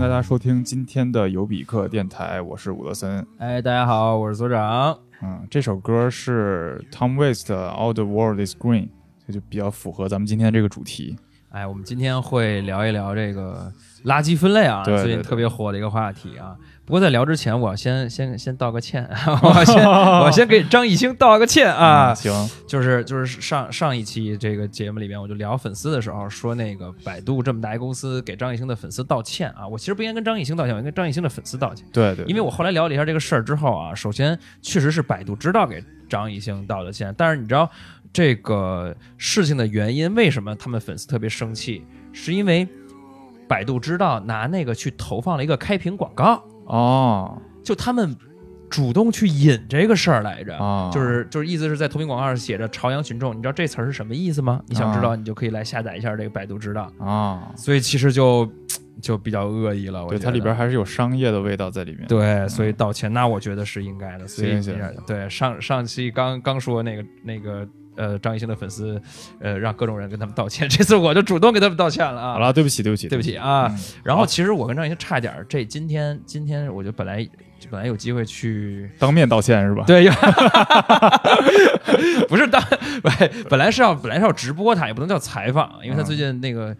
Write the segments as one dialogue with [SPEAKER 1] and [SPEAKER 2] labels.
[SPEAKER 1] 呃收听今天的尤比克电台，我是伍德森。
[SPEAKER 2] 哎，大家好，我是所长。
[SPEAKER 1] 嗯，这首歌是 Tom Waits 的《All the World Is Green》，这就比较符合咱们今天这个主题。
[SPEAKER 2] 哎，我们今天会聊一聊这个垃圾分类啊，
[SPEAKER 1] 对对
[SPEAKER 2] 最近
[SPEAKER 1] 对
[SPEAKER 2] 特别火的一个话题啊。不过在聊之前，我要先先先道个歉，啊我先我先给张艺兴道个歉啊
[SPEAKER 1] 嗯，行，
[SPEAKER 2] 就是就是上上一期这个节目里边，我就聊粉丝的时候说那个百度这么大一公司给张艺兴的粉丝道歉啊，我其实不应该跟张艺兴道歉，我应该跟张艺兴的粉丝道歉。
[SPEAKER 1] 对对，
[SPEAKER 2] 因为我后来了解一下这个事儿之后啊，首先确实是百度知道给张艺兴道的歉，但是你知道这个事情的原因，为什么他们粉丝特别生气？是因为百度知道拿那个去投放了一个开屏广告，
[SPEAKER 1] 哦
[SPEAKER 2] 就他们主动去引这个事儿来着。
[SPEAKER 1] 啊，
[SPEAKER 2] 就是就是意思是在投屏广告上写着“朝阳群众”，你知道这词儿是什么意思吗？你想知道，你就可以来下载一下这个百度知道。
[SPEAKER 1] 啊，
[SPEAKER 2] 所以其实就就比较恶意了，我
[SPEAKER 1] 对，
[SPEAKER 2] 觉得
[SPEAKER 1] 它里边还是有商业的味道在里面。
[SPEAKER 2] 对，所以道歉，那我觉得是应该的。所以
[SPEAKER 1] 行行行
[SPEAKER 2] 对上上期刚刚说那个那个呃张艺兴的粉丝，呃让各种人跟他们道歉， 这次我就主动给他们道歉了啊。
[SPEAKER 1] 好，了，对不起，对不起，
[SPEAKER 2] 对不起啊。
[SPEAKER 1] 嗯
[SPEAKER 2] 然后其实我跟张艺兴差点儿，这今天今天我就本来本来有机会去。
[SPEAKER 1] 当面道歉是吧？
[SPEAKER 2] 对，不是当本本来是要本来是要直播他，也不能叫采访，因为他最近那个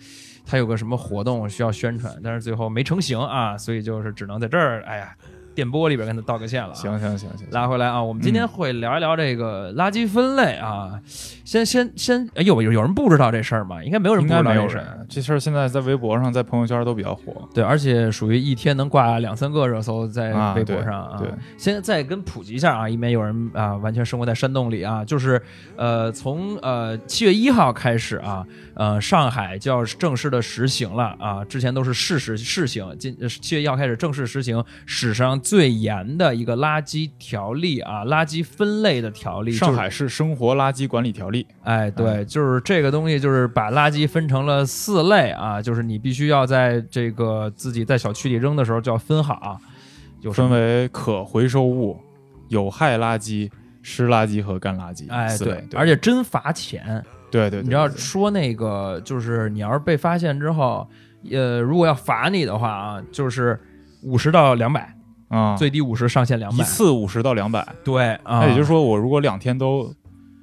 [SPEAKER 2] 他有个什么活动需要宣传，但是最后没成型啊，所以就是只能在这儿，哎呀，电波里边跟他道个歉了、啊。
[SPEAKER 1] 行行行行，
[SPEAKER 2] 拉回来啊，我们今天会聊一聊这个垃圾分类啊。先先先，哎有有有人不知道这事儿吗？应该没有人
[SPEAKER 1] 应
[SPEAKER 2] 不
[SPEAKER 1] 该
[SPEAKER 2] 知道
[SPEAKER 1] 没有
[SPEAKER 2] 这事儿。
[SPEAKER 1] 人。这事儿现在在微博上，在朋友圈都比较火。
[SPEAKER 2] 对，而且属于一天能挂两三个热搜在
[SPEAKER 1] 啊
[SPEAKER 2] 微博
[SPEAKER 1] 对
[SPEAKER 2] 上啊。
[SPEAKER 1] 对
[SPEAKER 2] 先再跟普及一下啊，以免有人啊完全生活在山洞里啊。就是呃，从呃七月一号开始啊，呃，上海就要正式的实行了啊，之前都是试实试行，今呃七月一号开始正式实行史上最严的一个垃圾条例啊，垃圾分类的条例。
[SPEAKER 1] 上海市生活垃圾管理条例，
[SPEAKER 2] 哎，对，
[SPEAKER 1] 嗯
[SPEAKER 2] 就是这个东西，就是把垃圾分成了四类啊，就是你必须要在这个自己在小区里扔的时候就要分好，有什
[SPEAKER 1] 分
[SPEAKER 2] 么？
[SPEAKER 1] 为可回收物、有害垃圾、湿垃圾和干垃圾
[SPEAKER 2] 哎，
[SPEAKER 1] 四类
[SPEAKER 2] 对，。
[SPEAKER 1] 对
[SPEAKER 2] 而且真罚钱。
[SPEAKER 1] 对对，
[SPEAKER 2] 你知道
[SPEAKER 1] 对对
[SPEAKER 2] 说那个，就是你要是被发现之后，呃，如果要罚你的话啊，就是五十到两百，
[SPEAKER 1] 啊，
[SPEAKER 2] 最低五十，上限两
[SPEAKER 1] 一
[SPEAKER 2] 百。
[SPEAKER 1] 次五十到两百，
[SPEAKER 2] 对啊，
[SPEAKER 1] 那也就是说，我如果两天都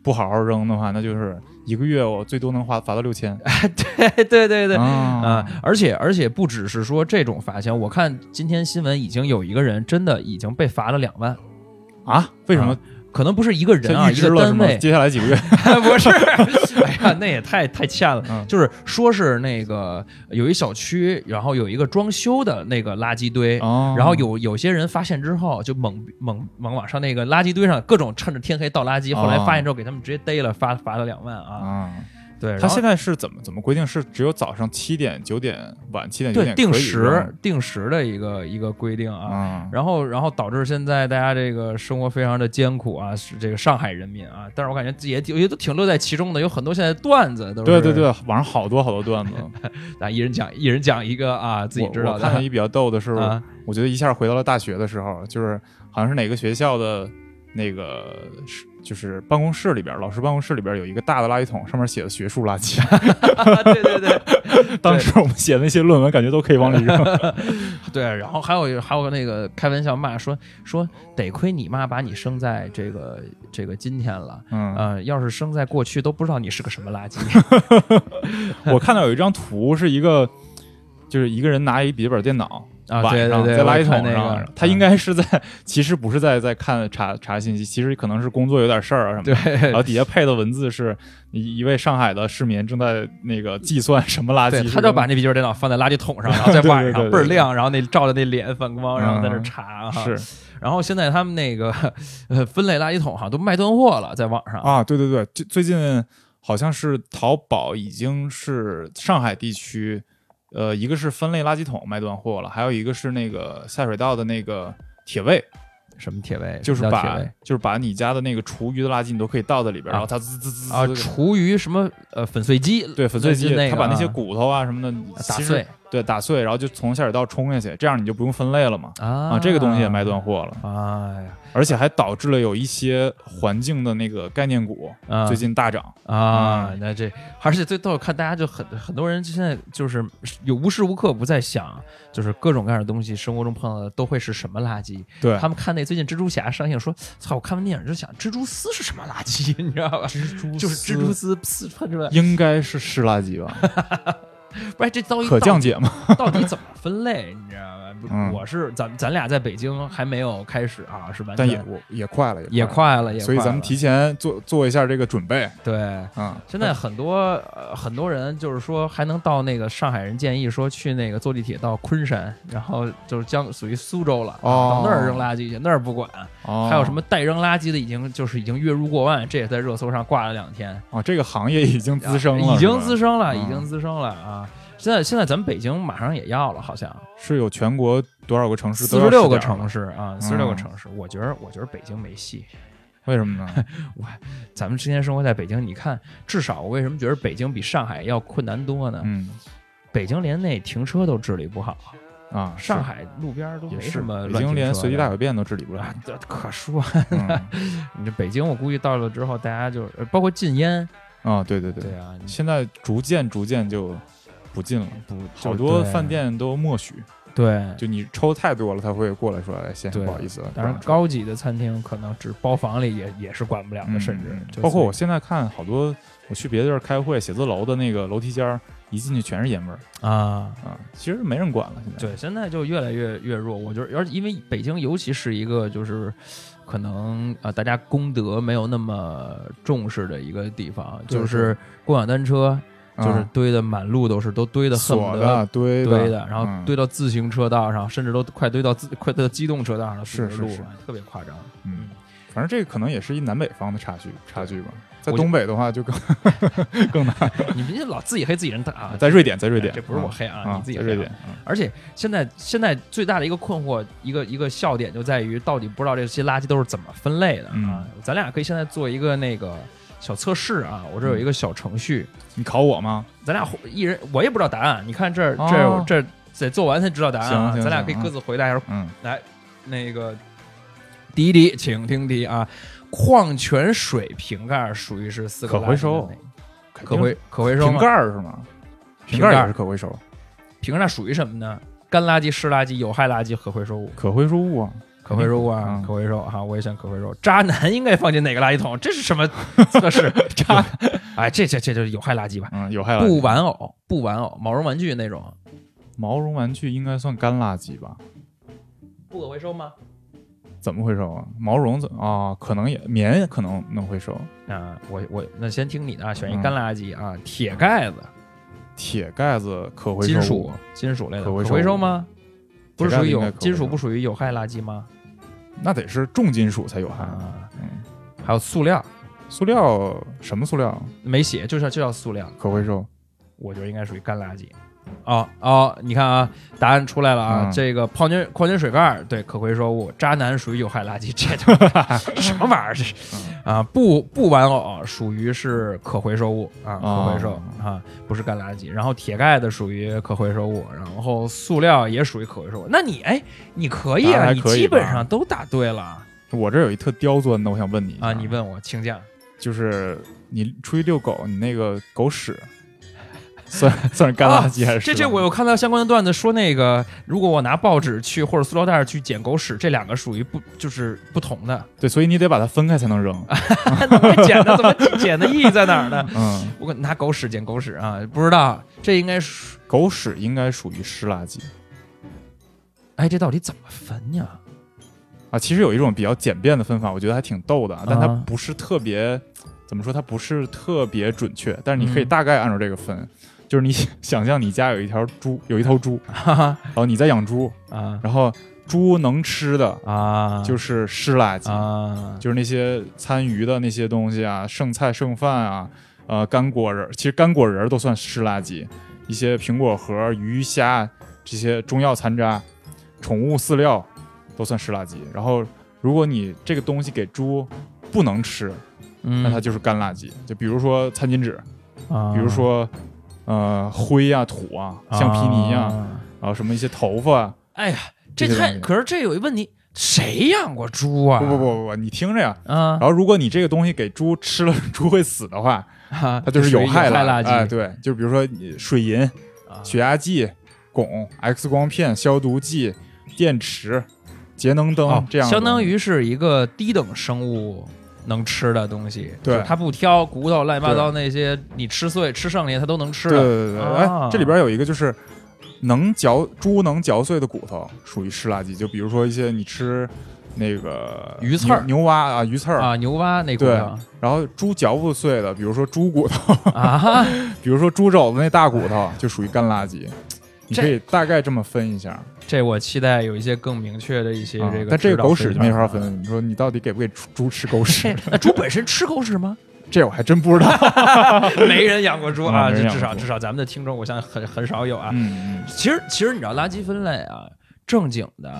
[SPEAKER 1] 不好好扔的话，那就是一个月我最多能罚罚到六千。
[SPEAKER 2] 对 对 对对，啊
[SPEAKER 1] 啊，，
[SPEAKER 2] 而且而且不只是说这种罚钱，我看今天新闻已经有一个人真的已经被罚了两万。
[SPEAKER 1] 啊，为什么
[SPEAKER 2] 可能不是一个人啊，
[SPEAKER 1] 这预
[SPEAKER 2] 一
[SPEAKER 1] 支
[SPEAKER 2] 个
[SPEAKER 1] 了什
[SPEAKER 2] 单
[SPEAKER 1] 么？
[SPEAKER 2] 位，
[SPEAKER 1] 接下来几个月
[SPEAKER 2] 不是？ 哎呀，那也太太欠了。
[SPEAKER 1] 嗯
[SPEAKER 2] 就是说是那个有一小区，然后有一个装修的那个垃圾堆。
[SPEAKER 1] 哦
[SPEAKER 2] 然后有有些人发现之后，就猛猛猛往上那个垃圾堆上各种趁着天黑倒垃圾，
[SPEAKER 1] 哦
[SPEAKER 2] 后来发现之后给他们直接逮了，罚罚了两万啊！
[SPEAKER 1] 啊，
[SPEAKER 2] 对，然
[SPEAKER 1] 他
[SPEAKER 2] 后
[SPEAKER 1] 现在是怎么怎么规定？是只有早上七点、九点、晚七点、九
[SPEAKER 2] 对
[SPEAKER 1] 点
[SPEAKER 2] 定
[SPEAKER 1] 可以扔
[SPEAKER 2] 时定时的一个一个规定啊，
[SPEAKER 1] 啊
[SPEAKER 2] 然后，然后导致现在大家这个生活非常的艰苦啊，是这个上海人民啊。但是我感觉自己也挺也都挺乐在其中的，有很多现在段子都是
[SPEAKER 1] 对对对，，网上好多好多段子，
[SPEAKER 2] 啊，一人讲一人讲一个啊， 自己
[SPEAKER 1] 我
[SPEAKER 2] 知道
[SPEAKER 1] 我
[SPEAKER 2] 的
[SPEAKER 1] 看 到一比较逗的是，
[SPEAKER 2] 啊
[SPEAKER 1] 我觉得一下回到了大学的时候，就是好像是哪个学校的那个是就是办公室里边，老师办公室里边有一个大的垃圾桶，上面写的学术垃圾。
[SPEAKER 2] 啊，对对 对
[SPEAKER 1] 当时我们写的那些论文，感觉都可以往里 扔。
[SPEAKER 2] 对。然后还有还有那个开玩笑骂说说，得亏你妈把你生在这个这个今天了。
[SPEAKER 1] 嗯，
[SPEAKER 2] 呃，要是生在过去，都不知道你是个什么垃圾。
[SPEAKER 1] 我看到有一张图，是一个就是一个人拿一笔记本电脑。
[SPEAKER 2] 啊
[SPEAKER 1] 晚
[SPEAKER 2] 对
[SPEAKER 1] 上
[SPEAKER 2] 对对
[SPEAKER 1] 在垃圾
[SPEAKER 2] 我
[SPEAKER 1] 桶
[SPEAKER 2] 看那
[SPEAKER 1] 上，
[SPEAKER 2] 个嗯啊
[SPEAKER 1] 他应该是在，其实不是在在看查查信息，其实可能是工作有点事儿啊什么的。
[SPEAKER 2] 对，
[SPEAKER 1] 然后底下配的文字是一一位上海的市民正在那个计算什么啊垃圾
[SPEAKER 2] 对，
[SPEAKER 1] 是
[SPEAKER 2] 他就把那笔记本电脑放在垃圾桶上，然 后
[SPEAKER 1] 对
[SPEAKER 2] 在
[SPEAKER 1] 对
[SPEAKER 2] 晚
[SPEAKER 1] 对
[SPEAKER 2] 上
[SPEAKER 1] 对
[SPEAKER 2] 倍儿
[SPEAKER 1] 对
[SPEAKER 2] 亮，然后那照着那脸反光，然后在那
[SPEAKER 1] 嗯
[SPEAKER 2] 儿查啊。
[SPEAKER 1] 是
[SPEAKER 2] 然后现在他们那个呃分类垃圾桶哈都卖断货了，在网上。
[SPEAKER 1] 啊，对对对，最最近好像是淘宝已经是上海地区，呃，一个是分类垃圾桶卖断货了，还有一个是那个下水道的那个铁位，
[SPEAKER 2] 什么铁位？
[SPEAKER 1] 就是
[SPEAKER 2] 什么叫
[SPEAKER 1] 把
[SPEAKER 2] 铁
[SPEAKER 1] 就是把你家的那个厨余的垃圾你都可以倒在里边，
[SPEAKER 2] 啊
[SPEAKER 1] 然后它滋滋滋滋
[SPEAKER 2] 位啊，
[SPEAKER 1] 滋
[SPEAKER 2] 厨余什么呃粉碎机
[SPEAKER 1] 对粉碎机
[SPEAKER 2] 就那，
[SPEAKER 1] 它
[SPEAKER 2] 个
[SPEAKER 1] 把那些
[SPEAKER 2] 啊
[SPEAKER 1] 骨头啊什么的
[SPEAKER 2] 打
[SPEAKER 1] 其实
[SPEAKER 2] 碎，
[SPEAKER 1] 对，打碎，然后就从下水道冲下去，这样你就不用分类了嘛。
[SPEAKER 2] 啊
[SPEAKER 1] 啊，这个东西也卖断货了，
[SPEAKER 2] 哎呀，
[SPEAKER 1] 而且还导致了有一些环境的那个概念股
[SPEAKER 2] 啊
[SPEAKER 1] 最近嗯大涨。
[SPEAKER 2] 啊，那这而且最逗，我看大家就很很多人现在就是有无时无刻不在想，就是各种各样的东西，生活中碰到的都会是什么垃圾？
[SPEAKER 1] 对
[SPEAKER 2] 他，们看那最近蜘蛛侠上映，说操，我看完电影就想蜘蛛丝是什么垃圾， 你知道 吧？
[SPEAKER 1] 蜘蛛
[SPEAKER 2] 就是蜘蛛
[SPEAKER 1] 丝
[SPEAKER 2] 丝刺喷 出来，
[SPEAKER 1] 应该是湿垃圾 吧？
[SPEAKER 2] 不是这到底
[SPEAKER 1] 可降解嘛？
[SPEAKER 2] 到底怎么分类，你知道吧？不
[SPEAKER 1] 嗯
[SPEAKER 2] 我是咱咱俩在北京还没有开始啊，是完
[SPEAKER 1] 但也
[SPEAKER 2] 全
[SPEAKER 1] 我也快了，
[SPEAKER 2] 也
[SPEAKER 1] 快
[SPEAKER 2] 快了，也
[SPEAKER 1] 了，所以
[SPEAKER 2] 快
[SPEAKER 1] 咱们
[SPEAKER 2] 了
[SPEAKER 1] 提前做做一下这个准备
[SPEAKER 2] 对。
[SPEAKER 1] 啊。
[SPEAKER 2] 现在很多、呃、很多人就是说还能到那个上海人建议说去那个坐地铁到昆山，然后就是将属于苏州了，啊
[SPEAKER 1] 哦
[SPEAKER 2] 到那儿扔垃圾去，那儿不管。
[SPEAKER 1] 哦
[SPEAKER 2] 还有什么代扔垃圾的，已经就是已经月入过万，这也在热搜上挂了两天，
[SPEAKER 1] 哦，这个行业已经滋生了，
[SPEAKER 2] 啊已经滋
[SPEAKER 1] 生
[SPEAKER 2] 生了，
[SPEAKER 1] 嗯
[SPEAKER 2] 已经滋生了啊！现在现在咱们北京马上也要了，好像
[SPEAKER 1] 是有全国多少个城市？
[SPEAKER 2] 四十六个城
[SPEAKER 1] 市，
[SPEAKER 2] 市啊，四十
[SPEAKER 1] 嗯
[SPEAKER 2] 六个城市，我觉得我觉得北京没戏。
[SPEAKER 1] 为什么 呢？
[SPEAKER 2] 咱们之前生活在北京，你看，至少我为什么觉得北京比上海要困难多呢？
[SPEAKER 1] 嗯
[SPEAKER 2] 北京连那停车都治理不好，
[SPEAKER 1] 啊，是
[SPEAKER 2] 上海路边儿都
[SPEAKER 1] 也
[SPEAKER 2] 没
[SPEAKER 1] 是
[SPEAKER 2] 什么，
[SPEAKER 1] 北京连随地大小便都治理不
[SPEAKER 2] 不
[SPEAKER 1] 了
[SPEAKER 2] 啊。， 这可说，
[SPEAKER 1] 嗯
[SPEAKER 2] 你这北京我估计到了之后，大家就呃包括禁烟，
[SPEAKER 1] 啊，对对对
[SPEAKER 2] 对啊，你
[SPEAKER 1] 现在逐渐逐渐就不进了，
[SPEAKER 2] 不
[SPEAKER 1] 好多
[SPEAKER 2] 对
[SPEAKER 1] 饭店都默许，
[SPEAKER 2] 对，
[SPEAKER 1] 就你抽太多了，他会过来说，哎，先生
[SPEAKER 2] 对
[SPEAKER 1] 不
[SPEAKER 2] 啊
[SPEAKER 1] 好意思，
[SPEAKER 2] 当然
[SPEAKER 1] 不让抽
[SPEAKER 2] 高级的餐厅可能只包房里也也是管不了的，
[SPEAKER 1] 嗯
[SPEAKER 2] 甚至
[SPEAKER 1] 嗯
[SPEAKER 2] 就
[SPEAKER 1] 包括
[SPEAKER 2] 所以
[SPEAKER 1] 我现在看好多，我去别的地儿开会，写字楼的那个楼梯间儿，一进去全是烟味儿
[SPEAKER 2] 啊，
[SPEAKER 1] 啊，其实没人管了，现在
[SPEAKER 2] 对，现在就越来越越弱。我觉得，而因为北京尤其是一个就是可能呃大家公德没有那么重视的一个地方，啊
[SPEAKER 1] 对
[SPEAKER 2] 就是共享单车
[SPEAKER 1] 啊
[SPEAKER 2] 就是堆的满路都是，都堆的恨
[SPEAKER 1] 锁
[SPEAKER 2] 不
[SPEAKER 1] 的
[SPEAKER 2] 得。
[SPEAKER 1] 堆
[SPEAKER 2] 堆
[SPEAKER 1] 的，
[SPEAKER 2] 的，然后
[SPEAKER 1] 嗯
[SPEAKER 2] 堆到自行车道上，甚至都快堆到自快堆到机动车道上了，
[SPEAKER 1] 是
[SPEAKER 2] 堵
[SPEAKER 1] 是
[SPEAKER 2] 着路
[SPEAKER 1] 是
[SPEAKER 2] 了特别夸张。
[SPEAKER 1] 嗯，反正这个可能也是一南北方的差距差距吧，在
[SPEAKER 2] 我就
[SPEAKER 1] 东北的话就更更难，
[SPEAKER 2] 你们这老自己黑自己人啊，
[SPEAKER 1] 在瑞典，在瑞典，
[SPEAKER 2] 这不是我黑
[SPEAKER 1] 啊
[SPEAKER 2] 啊，
[SPEAKER 1] 啊，
[SPEAKER 2] 你自己
[SPEAKER 1] 在
[SPEAKER 2] 黑
[SPEAKER 1] 瑞
[SPEAKER 2] 啊
[SPEAKER 1] 典，嗯
[SPEAKER 2] 而且现在现在最大的一个困惑，一个一个笑点就在于到底不知道这些垃圾都是怎么分类的啊
[SPEAKER 1] 嗯！
[SPEAKER 2] 咱俩可以现在做一个那个小测试啊，我这有一个小程序，
[SPEAKER 1] 你考我吗？
[SPEAKER 2] 咱俩互一人我也不知道答案，你看这儿这
[SPEAKER 1] 哦
[SPEAKER 2] 儿我这儿得做完才知道答案啊！
[SPEAKER 1] 行行
[SPEAKER 2] 咱俩
[SPEAKER 1] 行
[SPEAKER 2] 可以各自回答一下。
[SPEAKER 1] 嗯，
[SPEAKER 2] 来，那个第一题，请听题啊，矿泉水瓶盖属于是四个
[SPEAKER 1] 可回
[SPEAKER 2] 垃圾
[SPEAKER 1] 收
[SPEAKER 2] 分类
[SPEAKER 1] 肯
[SPEAKER 2] 可
[SPEAKER 1] 定
[SPEAKER 2] 回可回收
[SPEAKER 1] 瓶
[SPEAKER 2] 吗
[SPEAKER 1] 盖？儿是吗？瓶
[SPEAKER 2] 瓶
[SPEAKER 1] 盖
[SPEAKER 2] 盖
[SPEAKER 1] 儿也
[SPEAKER 2] 儿
[SPEAKER 1] 是可回收，
[SPEAKER 2] 瓶盖属于什么呢？干垃圾、湿垃圾、有害垃圾、可回收物。
[SPEAKER 1] 可回收物啊，
[SPEAKER 2] 可回收物啊
[SPEAKER 1] 嗯，
[SPEAKER 2] 可回收哈、我也选可回收。渣男应该放进哪个垃圾桶？这是 什么测试？渣， 呃哎，这这这就是有害垃圾吧？
[SPEAKER 1] 嗯，有害垃圾
[SPEAKER 2] 布玩偶，布玩偶，毛绒玩具那种，
[SPEAKER 1] 毛绒玩具应该算干垃圾吧？
[SPEAKER 2] 不可回收吗？
[SPEAKER 1] 怎么回收啊？毛绒怎啊？可能也棉可能能回收，
[SPEAKER 2] 啊，我我那先听你的啊，选一
[SPEAKER 1] 嗯
[SPEAKER 2] 干垃圾啊，铁盖子，
[SPEAKER 1] 铁盖子可回收
[SPEAKER 2] 金
[SPEAKER 1] 物
[SPEAKER 2] 属，金属类的，
[SPEAKER 1] 可
[SPEAKER 2] 可
[SPEAKER 1] 回收
[SPEAKER 2] 收吗？不是
[SPEAKER 1] 铁盖
[SPEAKER 2] 属
[SPEAKER 1] 子
[SPEAKER 2] 于
[SPEAKER 1] 应
[SPEAKER 2] 有
[SPEAKER 1] 该可回收
[SPEAKER 2] 金属，不属于有害垃圾吗？
[SPEAKER 1] 那得是重金属才有害。
[SPEAKER 2] 啊，
[SPEAKER 1] 嗯，
[SPEAKER 2] 还有塑料，
[SPEAKER 1] 塑料什么塑料
[SPEAKER 2] 没写，就叫就叫塑料，
[SPEAKER 1] 可回收？
[SPEAKER 2] 我觉得应该属于干垃圾。哦哦，你看啊，答案出来了啊！
[SPEAKER 1] 嗯
[SPEAKER 2] 这个矿泉矿泉水盖儿对可回收物，渣男属于有害垃圾，这都 什么玩意儿？这是
[SPEAKER 1] 嗯
[SPEAKER 2] 啊，布布玩偶属于是可回收物啊，
[SPEAKER 1] 哦
[SPEAKER 2] 可回收、啊，不是干垃圾。然后铁盖子属于可回收物，然后塑料也属于可回收物。那你哎，你可以
[SPEAKER 1] 答案
[SPEAKER 2] 啊，
[SPEAKER 1] 还
[SPEAKER 2] 你
[SPEAKER 1] 可以
[SPEAKER 2] 基本
[SPEAKER 1] 吧
[SPEAKER 2] 上都答对了
[SPEAKER 1] 我这儿有一特刁钻的，我想问你一下
[SPEAKER 2] 啊！你问我请讲，
[SPEAKER 1] 就是你出去遛狗，你那个狗 屎算算是干垃圾还是、
[SPEAKER 2] 啊这这我有看到相关的段子说，那个如果我拿报纸去或者塑料袋去捡狗屎，这两个属于不就是不同 的，
[SPEAKER 1] 对，所以你得把它分开才能扔。
[SPEAKER 2] 怎么捡的？怎么捡的意义在哪儿呢？
[SPEAKER 1] 嗯，
[SPEAKER 2] 我拿狗屎捡狗屎啊，不知道这应该是
[SPEAKER 1] 狗屎应该属于湿垃圾
[SPEAKER 2] 哎，这到底怎么分呀？
[SPEAKER 1] 啊。其实有一种比较简便的分法，我觉得还挺逗的啊，但它
[SPEAKER 2] 啊
[SPEAKER 1] 不是特别怎么说，它不是特别准确，但是你可以
[SPEAKER 2] 嗯
[SPEAKER 1] 大概按照这个分。就是你 想象你家有一条猪，有一头 猪，
[SPEAKER 2] 哈哈
[SPEAKER 1] 然后你在养猪，
[SPEAKER 2] 啊
[SPEAKER 1] 然后猪能吃的
[SPEAKER 2] 啊，
[SPEAKER 1] 就是嗯湿垃圾，
[SPEAKER 2] 啊，
[SPEAKER 1] 就是那些残余的那些东西啊，剩菜剩饭啊，呃，干果仁儿，其实干果仁儿都算湿垃圾，一些苹果核、鱼虾这些中药残渣、宠物饲料都算湿垃圾。然后，如果你这个东西给猪不能吃，那它
[SPEAKER 2] 嗯，
[SPEAKER 1] 就是干垃圾，就比如说餐巾纸，
[SPEAKER 2] 啊
[SPEAKER 1] 比如说呃灰啊、土啊、橡皮泥啊，然后、
[SPEAKER 2] 啊
[SPEAKER 1] 什么一些头发。啊
[SPEAKER 2] 哎呀，这
[SPEAKER 1] 这些
[SPEAKER 2] 太
[SPEAKER 1] 东西
[SPEAKER 2] 可是这有一问题，谁养过猪啊？
[SPEAKER 1] 不不不不不，你听着呀。
[SPEAKER 2] 啊
[SPEAKER 1] 然后，如果你这个东西给猪吃了，猪会死的话，
[SPEAKER 2] 啊，
[SPEAKER 1] 它就是
[SPEAKER 2] 属于有
[SPEAKER 1] 害
[SPEAKER 2] 垃
[SPEAKER 1] 垃
[SPEAKER 2] 圾。
[SPEAKER 1] 哎，对，就比如说你水银、
[SPEAKER 2] 啊
[SPEAKER 1] 血压计、汞、X 光片、消毒剂、电池、节能灯、
[SPEAKER 2] 哦
[SPEAKER 1] 这样的东西，
[SPEAKER 2] 相当于是一个低等生物能吃的东西，
[SPEAKER 1] 对
[SPEAKER 2] 就是它不挑骨头、乱七八糟那些，你吃碎、吃剩下它都能吃
[SPEAKER 1] 对
[SPEAKER 2] 的。
[SPEAKER 1] 对对对，
[SPEAKER 2] 啊
[SPEAKER 1] 哎，这里边有一个就是能嚼猪能嚼碎的骨头属于湿垃圾，就比如说一些你吃那个
[SPEAKER 2] 鱼刺儿
[SPEAKER 1] 牛、牛蛙啊、鱼刺儿，
[SPEAKER 2] 啊，牛蛙那骨
[SPEAKER 1] 对
[SPEAKER 2] 头
[SPEAKER 1] 然后猪嚼不碎的，比如说猪骨头，
[SPEAKER 2] 啊 哈，
[SPEAKER 1] 比如说猪肘子那大骨头，就属于干垃圾。你
[SPEAKER 2] 这
[SPEAKER 1] 可以大概这么分一下，啊
[SPEAKER 2] 这我期待有一些更明确的一些这个。
[SPEAKER 1] 但这个狗屎就没法。分。你说你到底给不给猪猪吃狗屎
[SPEAKER 2] 嘿？那哎猪本身吃狗 屎吗？
[SPEAKER 1] 这我还真不知道。
[SPEAKER 2] 没人养过猪
[SPEAKER 1] 啊
[SPEAKER 2] 啊，
[SPEAKER 1] 没
[SPEAKER 2] 这
[SPEAKER 1] 人
[SPEAKER 2] 至
[SPEAKER 1] 养
[SPEAKER 2] 少
[SPEAKER 1] 过
[SPEAKER 2] 至少咱们的听众，我相信很很少有啊。
[SPEAKER 1] 嗯嗯，
[SPEAKER 2] 其实其实你知道，垃圾分类啊，正经的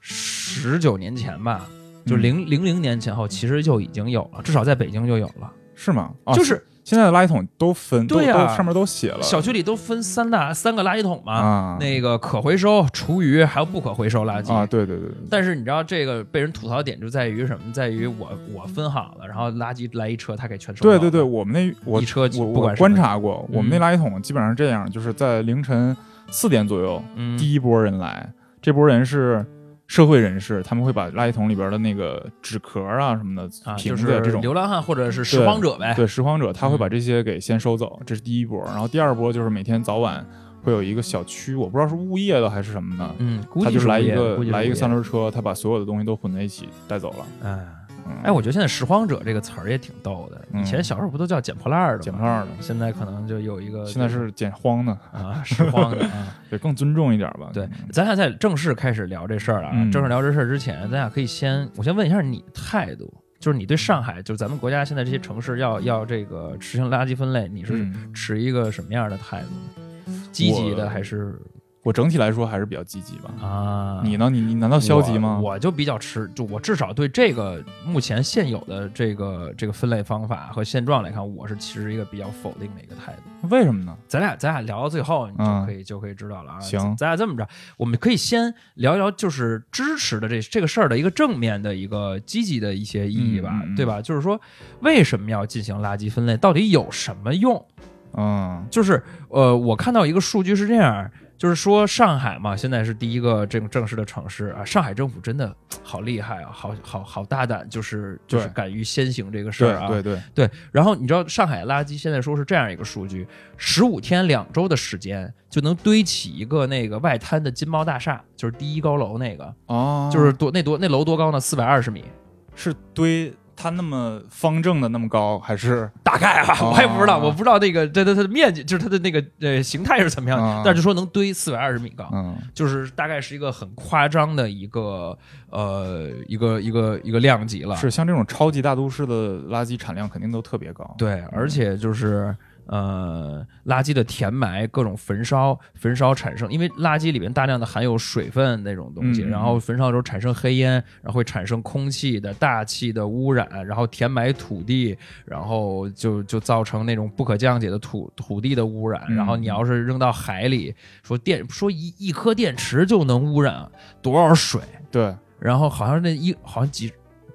[SPEAKER 2] 十九年前吧，就
[SPEAKER 1] 嗯
[SPEAKER 2] 零零零年前后，其实就已经有了，至少在北京就有了。
[SPEAKER 1] 是吗？啊，
[SPEAKER 2] 就是
[SPEAKER 1] 现在的垃圾桶都分，都
[SPEAKER 2] 对呀
[SPEAKER 1] 都上面都写了
[SPEAKER 2] 小区里都分三大三个垃圾桶嘛，
[SPEAKER 1] 啊
[SPEAKER 2] 那个可回收、厨余还有不可回收垃圾。
[SPEAKER 1] 啊，对对对对，
[SPEAKER 2] 但是你知道这个被人吐槽的点就在于什么？在于我我分好了，然后垃圾来一车，他给全收走
[SPEAKER 1] 对
[SPEAKER 2] 了。
[SPEAKER 1] 对对，我们那我
[SPEAKER 2] 一车
[SPEAKER 1] 我
[SPEAKER 2] 不管嗯
[SPEAKER 1] 我
[SPEAKER 2] 是
[SPEAKER 1] 观
[SPEAKER 2] 哪
[SPEAKER 1] 察过，我们那垃圾桶基本上这样，就是在凌晨四点左右，
[SPEAKER 2] 嗯，
[SPEAKER 1] 第一波人来，这波人是社会人士，他们会把垃圾桶里边的那个纸壳啊什么
[SPEAKER 2] 啊
[SPEAKER 1] 的、瓶
[SPEAKER 2] 就
[SPEAKER 1] 子
[SPEAKER 2] 是
[SPEAKER 1] 这种，
[SPEAKER 2] 流浪汉或者是拾荒者呗。
[SPEAKER 1] 对拾荒者他会把
[SPEAKER 2] 嗯
[SPEAKER 1] 这些给先收走，这是第一波。然后第二波就是每天早晚会有一个小区，我不知道是物业的还是什么的。
[SPEAKER 2] 嗯，估
[SPEAKER 1] 他
[SPEAKER 2] 计
[SPEAKER 1] 就是来
[SPEAKER 2] 物
[SPEAKER 1] 一
[SPEAKER 2] 业
[SPEAKER 1] 个
[SPEAKER 2] 估计是
[SPEAKER 1] 来一个
[SPEAKER 2] 物业
[SPEAKER 1] 三轮车，他把所有的东西都混在一起带走了，
[SPEAKER 2] 嗯。
[SPEAKER 1] 嗯
[SPEAKER 2] 哎，我觉得现在“拾荒者”这个词儿也挺逗的。以前
[SPEAKER 1] 嗯
[SPEAKER 2] 小时候不都叫捡破烂儿的吗？
[SPEAKER 1] 捡破烂儿的
[SPEAKER 2] 现在可能就有一个，
[SPEAKER 1] 现在是捡荒的，
[SPEAKER 2] 啊，拾荒的 啊。
[SPEAKER 1] 得更尊重一点吧。
[SPEAKER 2] 对，咱俩在正式开始聊这事儿了啊。
[SPEAKER 1] 嗯
[SPEAKER 2] 正式聊这事儿之前，咱俩可以先，我先问一下你的态度，就是你对上海，就是咱们国家现在这些城市要要这个实行垃圾分类，你是
[SPEAKER 1] 嗯，
[SPEAKER 2] 持一个什么样的态度？积极的还是
[SPEAKER 1] 我整体来说还是比较积极吧。
[SPEAKER 2] 啊？
[SPEAKER 1] 你呢？你你难道消极吗？
[SPEAKER 2] 我我就比较持，就我至少对这个目前现有的这个这个分类方法和现状来看，我是其实一个比较否定的一个态度。
[SPEAKER 1] 为什么呢？
[SPEAKER 2] 咱俩咱俩聊到最后，你就
[SPEAKER 1] 嗯
[SPEAKER 2] 可以、就可以知道了啊。
[SPEAKER 1] 行
[SPEAKER 2] 咱咱俩这么着，我们可以先聊一聊，就是支持的这这个事儿的一个正面的一个积极的一些意义吧，
[SPEAKER 1] 嗯嗯嗯
[SPEAKER 2] 对吧？就是说，为什么要进行垃圾分类？到底有什么用？
[SPEAKER 1] 嗯
[SPEAKER 2] 就是呃，我看到一个数据是这样，就是说上海嘛，现在是第一个这种正式的城市啊。上海政府真的好厉害啊，好好好大胆，就是就是
[SPEAKER 1] 对
[SPEAKER 2] 敢于先行这个事儿啊。
[SPEAKER 1] 对对哦对，
[SPEAKER 2] 对然后你知道上海垃圾现在说是这样一个数据，十五天两周的时间就能堆起一个那个外滩的金茂大厦，就是第一高楼那个，
[SPEAKER 1] 哦，
[SPEAKER 2] 就是多那多那楼多高呢？四百二十米。
[SPEAKER 1] 是堆它那么方正的那么高，还是
[SPEAKER 2] 大概啊，
[SPEAKER 1] 哦
[SPEAKER 2] 我也不知道，我不知道那个它它它的面积，就是它的那个呃形态是怎么样的，
[SPEAKER 1] 哦
[SPEAKER 2] 但是就说能堆四百二十米高，
[SPEAKER 1] 嗯
[SPEAKER 2] 就是大概是一个很夸张的一个呃一个一个一个量级了。
[SPEAKER 1] 是像这种超级大都市的垃圾产量肯定都特别高。，
[SPEAKER 2] 对，而且就是呃，垃圾的填埋、各种焚烧、焚烧产生，因为垃圾里面大量的含有水分那种东西，
[SPEAKER 1] 嗯嗯
[SPEAKER 2] 然后焚烧的时候产生黑烟，然后会产生空气的大气的污染，然后填埋土地，然后就就造成那种不可降解的土土地的污染。
[SPEAKER 1] 嗯
[SPEAKER 2] 然后你要是扔到海里，说电说一一颗电池就能污染多少水？
[SPEAKER 1] 对，
[SPEAKER 2] 然后好像那一好像几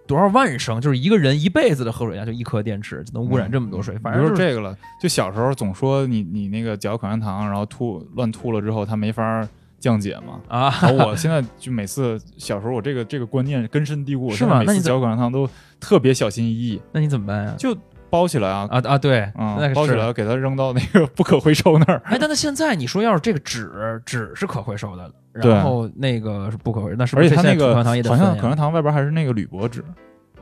[SPEAKER 2] 多少万升，就是一个人一辈子的喝水啊量就一颗电池，就能污染这么多水。
[SPEAKER 1] 嗯
[SPEAKER 2] 反
[SPEAKER 1] 比如
[SPEAKER 2] 正就
[SPEAKER 1] 说
[SPEAKER 2] 是
[SPEAKER 1] 这个了，就小时候总说你你那个嚼口香糖，然后吐乱吐了之后，它没法降解嘛。
[SPEAKER 2] 啊，
[SPEAKER 1] 然后我现在就每次小时候我这个这个观念根深蒂固，
[SPEAKER 2] 是
[SPEAKER 1] 现在
[SPEAKER 2] 吗
[SPEAKER 1] 每
[SPEAKER 2] 那你
[SPEAKER 1] 次
[SPEAKER 2] 怎
[SPEAKER 1] 嚼口香糖都特别小心翼翼，
[SPEAKER 2] 那你怎么办呀？
[SPEAKER 1] 就包起来啊，
[SPEAKER 2] 啊啊，对，
[SPEAKER 1] 嗯
[SPEAKER 2] 那
[SPEAKER 1] 包起
[SPEAKER 2] 个是。
[SPEAKER 1] 来给它扔到那个不可回收那儿。
[SPEAKER 2] 哎，但是现在你说要是这个纸纸是可回收的，
[SPEAKER 1] 对
[SPEAKER 2] 然后那个是不可回收，那是不
[SPEAKER 1] 而
[SPEAKER 2] 是
[SPEAKER 1] 且它
[SPEAKER 2] 现在
[SPEAKER 1] 那个
[SPEAKER 2] 口香糖也得
[SPEAKER 1] 好
[SPEAKER 2] 分呀
[SPEAKER 1] 像口香糖外边还是那个铝箔纸，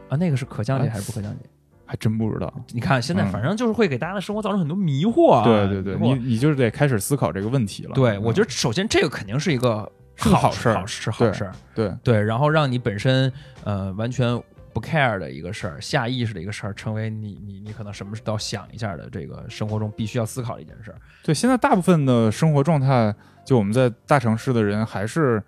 [SPEAKER 2] 啊，那个是可降解还是不可降解？
[SPEAKER 1] 还真不知道。
[SPEAKER 2] 你看现在
[SPEAKER 1] 啊嗯
[SPEAKER 2] 反正就是会给大家的生活造成很多迷惑啊。
[SPEAKER 1] 对对对，
[SPEAKER 2] 迷惑
[SPEAKER 1] 你你就是得开始思考这个问题了。
[SPEAKER 2] 对，我觉
[SPEAKER 1] 得
[SPEAKER 2] 得首先这个肯定是一个
[SPEAKER 1] 嗯是个
[SPEAKER 2] 好
[SPEAKER 1] 好事儿
[SPEAKER 2] 好是好
[SPEAKER 1] 对
[SPEAKER 2] 事儿。
[SPEAKER 1] 对，
[SPEAKER 2] 对，然后让你本身呃完全不 care 的一个事儿，下意识的一个事儿，成为你你你可能什么事都要想一下的这个生活中必须要思考的一件事儿。
[SPEAKER 1] 对，现在大部分的生活状态，就我们在大城市的人还是。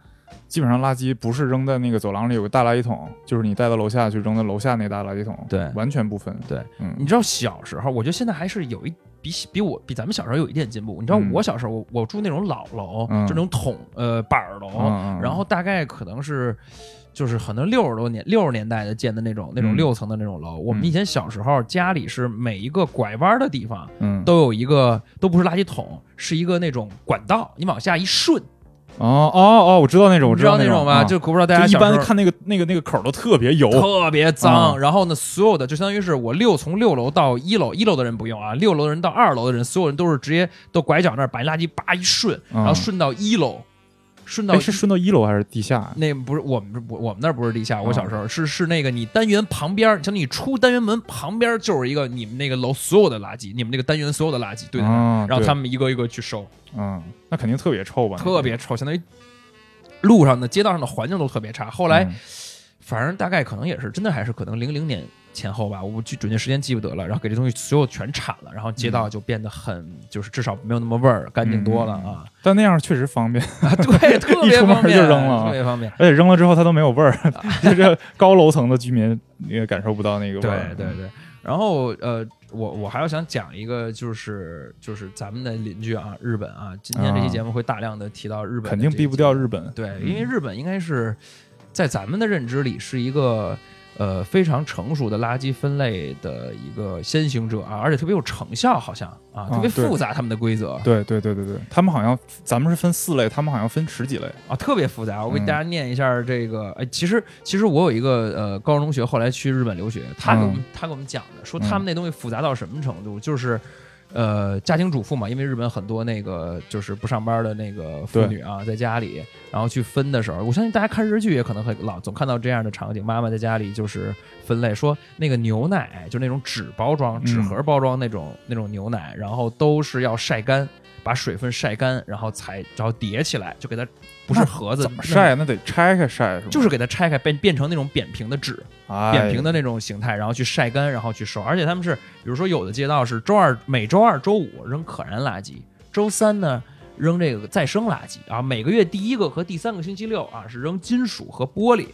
[SPEAKER 1] 基本上垃圾不是扔在那个走廊里有个大垃圾桶，就是你带到楼下去扔在楼下那大垃圾桶，
[SPEAKER 2] 对
[SPEAKER 1] 完全不分。
[SPEAKER 2] 对，
[SPEAKER 1] 嗯
[SPEAKER 2] 你知道小时候，我觉得现在还是有一比比我比咱们小时候有一点进步。你知道
[SPEAKER 1] 嗯
[SPEAKER 2] 我小时候，我我住那种老楼，
[SPEAKER 1] 嗯
[SPEAKER 2] 就那种筒呃板儿楼，
[SPEAKER 1] 嗯嗯
[SPEAKER 2] 然后大概可能是。就是可能六十多年六十年代的建的那种那种
[SPEAKER 1] 嗯
[SPEAKER 2] 六层的那种楼，我们
[SPEAKER 1] 嗯
[SPEAKER 2] 以前小时候家里是每一个拐弯的地方
[SPEAKER 1] 嗯，
[SPEAKER 2] 都有一个都不是垃圾桶，是一个那种管道，你往下一顺，
[SPEAKER 1] 哦哦哦，我知道那种，我
[SPEAKER 2] 你知道
[SPEAKER 1] 那
[SPEAKER 2] 那种吧？
[SPEAKER 1] 啊
[SPEAKER 2] 就我不知道大家
[SPEAKER 1] 就一
[SPEAKER 2] 小时候
[SPEAKER 1] 般看那个那个那个口儿都特别油，
[SPEAKER 2] 特别脏。
[SPEAKER 1] 啊
[SPEAKER 2] 然后呢，所有的就相当于是我六从六楼到一楼，一楼的人不用啊，六楼的人到二楼的人，所有人都是直接都拐角那儿把垃圾叭一顺，
[SPEAKER 1] 嗯
[SPEAKER 2] 然后顺到一楼，顺到
[SPEAKER 1] 哎，是顺到一楼还是地下？啊
[SPEAKER 2] 那不是我们我我们那儿不是地下，我小时候是是那个你单元旁边儿，像你出单元门旁边儿就是一个你们那个楼所有的垃圾，你们那个单元所有的垃圾堆在那儿，
[SPEAKER 1] 啊，
[SPEAKER 2] 然后
[SPEAKER 1] 对
[SPEAKER 2] 他们一个一个去收，
[SPEAKER 1] 嗯，那肯定特别臭吧？那个
[SPEAKER 2] 特别臭，相当于路上的街道上的环境都特别差。后来
[SPEAKER 1] 嗯
[SPEAKER 2] 反正大概可能也是真的，还是可能零零年前后吧，我不具准确时间记不得了。然后给这东西所有全铲了，然后街
[SPEAKER 1] 嗯
[SPEAKER 2] 道就变得很，就是至少没有那么味儿，干净多了啊。
[SPEAKER 1] 但那样确实方便，
[SPEAKER 2] 啊 对，特别方
[SPEAKER 1] 嗯
[SPEAKER 2] 便，
[SPEAKER 1] 一出门就扔了啊
[SPEAKER 2] 特别方便。
[SPEAKER 1] 而且扔了之后它都没有味儿， 就这高楼层的居民也感受不到那个味
[SPEAKER 2] 对
[SPEAKER 1] 儿。
[SPEAKER 2] 对对。然后呃，我我还要想讲一个，就是就是咱们的邻居啊，日本啊，今天这期节目会大量的提到日本的
[SPEAKER 1] 肯定
[SPEAKER 2] 这
[SPEAKER 1] 避不掉
[SPEAKER 2] 几个
[SPEAKER 1] 日嗯本。
[SPEAKER 2] 对，因为日本应该是在咱们的认知里是一个呃非常成熟的垃圾分类的一个先行者啊，而且特别有成效，好像啊，特别
[SPEAKER 1] 对
[SPEAKER 2] 复杂他们的规则
[SPEAKER 1] 对对对对对，他们好像咱们是分四类，他们好像分十几类。
[SPEAKER 2] 啊，特别复杂。我给大家念一下这个，哎，其实其实我有一个呃高中同学后来去日本留学，他给我们、他给我们讲的，说他们那东西复杂到什么程度，就是。呃，家庭主妇嘛，因为日本很多那个就是不上班的那个妇
[SPEAKER 1] 对
[SPEAKER 2] 女啊，在家里，然后去分的时候，我相信大家看日剧也可能会老总看到这样的场景，妈妈在家里就是分类，说那个牛奶就那种纸包装、纸盒包装那种、那种牛奶，然后都是要晒干，把水分晒干，然后才然后叠起来，就给它不是
[SPEAKER 1] 那
[SPEAKER 2] 盒子
[SPEAKER 1] 怎么
[SPEAKER 2] 那
[SPEAKER 1] 晒？啊那得拆开晒是吗？
[SPEAKER 2] 就是给它拆开变变成那种扁平的纸，
[SPEAKER 1] 哎
[SPEAKER 2] 扁平的那种形态，然后去晒干，然后去收。而且他们是，比如说有的街道是周二、每周二、周五扔可燃垃圾，周三呢扔这个再生垃圾啊。每个月第一个和第三个星期六啊是扔金属和玻璃，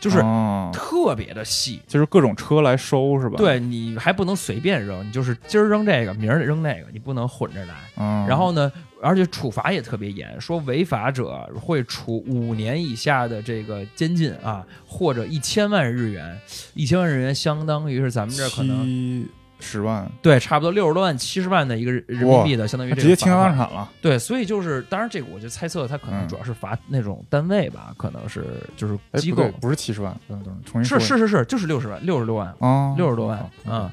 [SPEAKER 2] 就是
[SPEAKER 1] 哦
[SPEAKER 2] 特别的细。
[SPEAKER 1] 就是各种车来收是吧？，
[SPEAKER 2] 对你还不能随便扔，你就是今儿扔这个，明儿扔那个，你不能混着来。
[SPEAKER 1] 嗯，
[SPEAKER 2] 然后呢，而且处罚也特别严，说违法者会处五年以下的这个监禁啊，或者一千万日元，一千万日元相当于是咱们这儿可能
[SPEAKER 1] 七十万，
[SPEAKER 2] 对，差不多六十多万、七十万的一个人人民币的，相当于
[SPEAKER 1] 那
[SPEAKER 2] 这
[SPEAKER 1] 直
[SPEAKER 2] 个
[SPEAKER 1] 接倾
[SPEAKER 2] 罚
[SPEAKER 1] 家
[SPEAKER 2] 款
[SPEAKER 1] 荡产了。
[SPEAKER 2] 对，所以就是，当然这个我就猜测他可能
[SPEAKER 1] 嗯
[SPEAKER 2] 主要是罚那种单位吧，可能是就是
[SPEAKER 1] 哎
[SPEAKER 2] 机
[SPEAKER 1] 不
[SPEAKER 2] 构
[SPEAKER 1] 对，不是七十万，嗯等等，重新
[SPEAKER 2] 是
[SPEAKER 1] 说一
[SPEAKER 2] 是是是，就是六十万，六十多万，
[SPEAKER 1] 遍啊，
[SPEAKER 2] 六十多万
[SPEAKER 1] 好
[SPEAKER 2] 啊、嗯，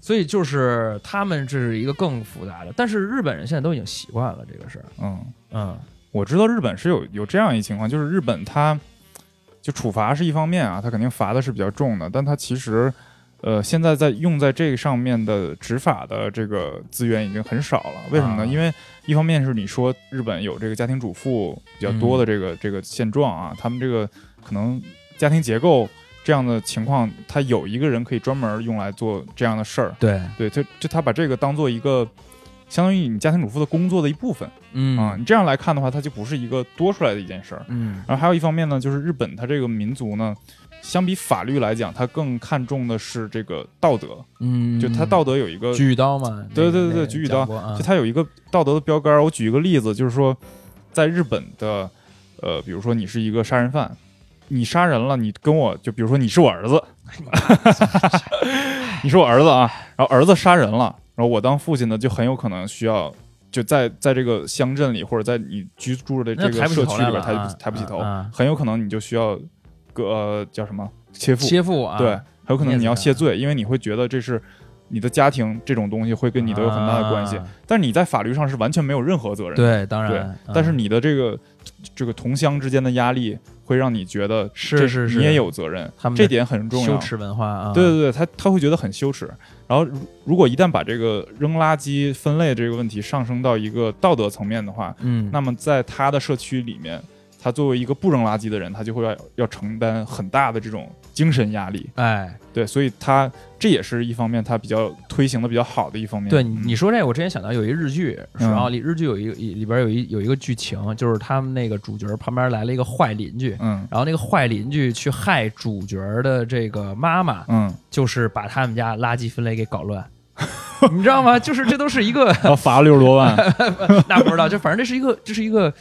[SPEAKER 2] 所以就是他们这是一个更复杂的，但是日本人现在都已经习惯了这个事儿，
[SPEAKER 1] 嗯。
[SPEAKER 2] 嗯
[SPEAKER 1] 我知道日本是有有这样一情况，就是日本它就处罚是一方面啊，它肯定罚的是比较重的，但它其实呃现在在用在这个上面的执法的这个资源已经很少了。为什么呢？
[SPEAKER 2] 啊
[SPEAKER 1] 因为一方面是你说日本有这个家庭主妇比较多的这个、这个现状啊，他们这个可能家庭结构这样的情况，他有一个人可以专门用来做这样的事儿。
[SPEAKER 2] 对，
[SPEAKER 1] 对，就就他把这个当做一个相当于你家庭主妇的工作的一部分。
[SPEAKER 2] 嗯
[SPEAKER 1] 啊，你这样来看的话，它就不是一个多出来的一件事儿。
[SPEAKER 2] 嗯
[SPEAKER 1] 然后还有一方面呢，就是日本它这个民族呢，相比法律来讲，它更看重的是这个道德，
[SPEAKER 2] 嗯，
[SPEAKER 1] 就它道德有一个，
[SPEAKER 2] 举刀嘛，
[SPEAKER 1] 对对
[SPEAKER 2] 那个
[SPEAKER 1] 对
[SPEAKER 2] 那个
[SPEAKER 1] 举
[SPEAKER 2] 讲
[SPEAKER 1] 刀
[SPEAKER 2] 过啊
[SPEAKER 1] 就它有一个道德的标杆儿。我举一个例子，就是说，在日本的，呃，比如说你是一个杀人犯，你杀人了，你跟我就比如说你是我儿子， 你是我儿子啊，然后儿子杀人了，然后我当父亲的就很有可能需要。就在在这个乡镇里，或者在你居住的这
[SPEAKER 2] 那
[SPEAKER 1] 个
[SPEAKER 2] 抬不起
[SPEAKER 1] 社
[SPEAKER 2] 头
[SPEAKER 1] 区
[SPEAKER 2] 来
[SPEAKER 1] 里边，
[SPEAKER 2] 了
[SPEAKER 1] 抬
[SPEAKER 2] 啊
[SPEAKER 1] 不抬不起头，
[SPEAKER 2] 啊
[SPEAKER 1] 很有可能你就需要个、呃、叫什么切腹，
[SPEAKER 2] 切腹啊，
[SPEAKER 1] 对，很有可能你要
[SPEAKER 2] 面子
[SPEAKER 1] 谢
[SPEAKER 2] 上
[SPEAKER 1] 罪，因为你会觉得这是你的家庭这种东西会跟你都有很大的关系，
[SPEAKER 2] 啊
[SPEAKER 1] 但是你在法律上是完全没有任何责任的，
[SPEAKER 2] 对，当
[SPEAKER 1] 对
[SPEAKER 2] 然，
[SPEAKER 1] 但是
[SPEAKER 2] 嗯
[SPEAKER 1] 你的这个这个同乡之间的压力会让你觉得
[SPEAKER 2] 是
[SPEAKER 1] 这
[SPEAKER 2] 是是
[SPEAKER 1] 你也有责任，
[SPEAKER 2] 他们的
[SPEAKER 1] 这点很重要，
[SPEAKER 2] 羞耻文化啊，
[SPEAKER 1] 对对对，他他会觉得很羞耻。然后如，如果一旦把这个扔垃圾分类这个问题上升到一个道德层面的话，
[SPEAKER 2] 嗯，
[SPEAKER 1] 那么在他的社区里面，他作为一个不扔垃圾的人，他就会要要承担很大的这种精神压力。
[SPEAKER 2] 哎，
[SPEAKER 1] 对，所以他这也是一方面，他比较推行的比较好的一方面。
[SPEAKER 2] 对你
[SPEAKER 1] 嗯
[SPEAKER 2] 你说这个，我之前想到有一日剧，是
[SPEAKER 1] 嗯
[SPEAKER 2] 啊，里日剧有一个里边有一有一个剧情，就是他们那个主角旁边来了一个坏邻居。
[SPEAKER 1] 嗯
[SPEAKER 2] 然后那个坏邻居去害主角的这个妈妈，
[SPEAKER 1] 嗯，
[SPEAKER 2] 就是把他们家垃圾分类给搞乱， 你知道吗？就是这都是 一个，
[SPEAKER 1] 然后罚了六十多万，
[SPEAKER 2] 那不知道，这反正这是一个，这是一个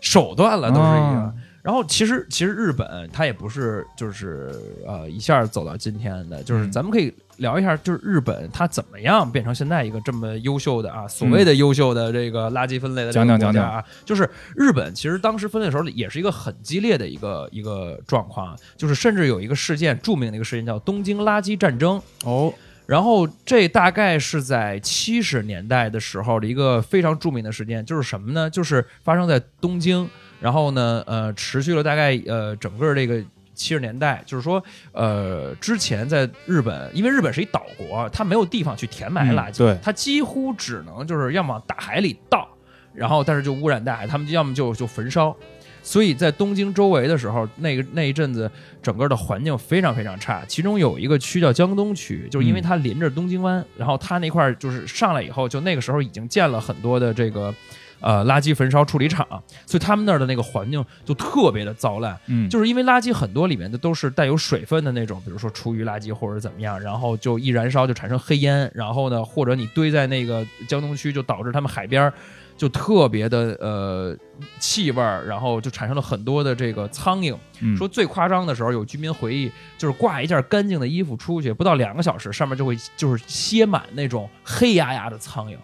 [SPEAKER 2] 手段了，都是一个。
[SPEAKER 1] 啊
[SPEAKER 2] 然后其实其实日本它也不是就是呃一下走到今天的，就是
[SPEAKER 1] 嗯
[SPEAKER 2] 咱们可以聊一下，就是日本它怎么样变成现在一个这么优秀的啊，所谓的优秀的这个垃圾分类的这个
[SPEAKER 1] 嗯讲讲
[SPEAKER 2] 国家啊，就是日本其实当时分类的时候也是一个很激烈的一个一个状况啊，就是甚至有一个事件，著名的一个事件叫东京垃圾战争，
[SPEAKER 1] 哦，
[SPEAKER 2] 然后这大概是在七十年代的时候的一个非常著名的事件，就是什么呢？就是发生在东京，然后呢，呃，持续了大概呃整个这个。七十年代，就是说，呃，之前在日本，因为日本是一岛国，它没有地方去填埋垃圾，
[SPEAKER 1] 嗯对
[SPEAKER 2] 它几乎只能就是要么大海里倒，然后但是就污染大海，他们要么就就焚烧，所以在东京周围的时候，那个那一阵子整个的环境非常非常差。其中有一个区叫江东区，就是因为它临着东京湾，然后它那块儿就是上来以后，就那个时候已经建了很多的这个呃垃圾焚烧处理厂，所以他们那儿的那个环境就特别的糟烂。
[SPEAKER 1] 嗯，
[SPEAKER 2] 就是因为垃圾很多里面的都是带有水分的那种，比如说厨余垃圾或者怎么样，然后就一燃烧就产生黑烟，然后呢，或者你堆在那个江东区，就导致他们海边儿就特别的呃气味儿，然后就产生了很多的这个苍蝇。
[SPEAKER 1] 嗯
[SPEAKER 2] 说最夸张的时候，有居民回忆，就是挂一件干净的衣服出去，不到两个小时，上面就会就是歇满那种黑压压的苍蝇，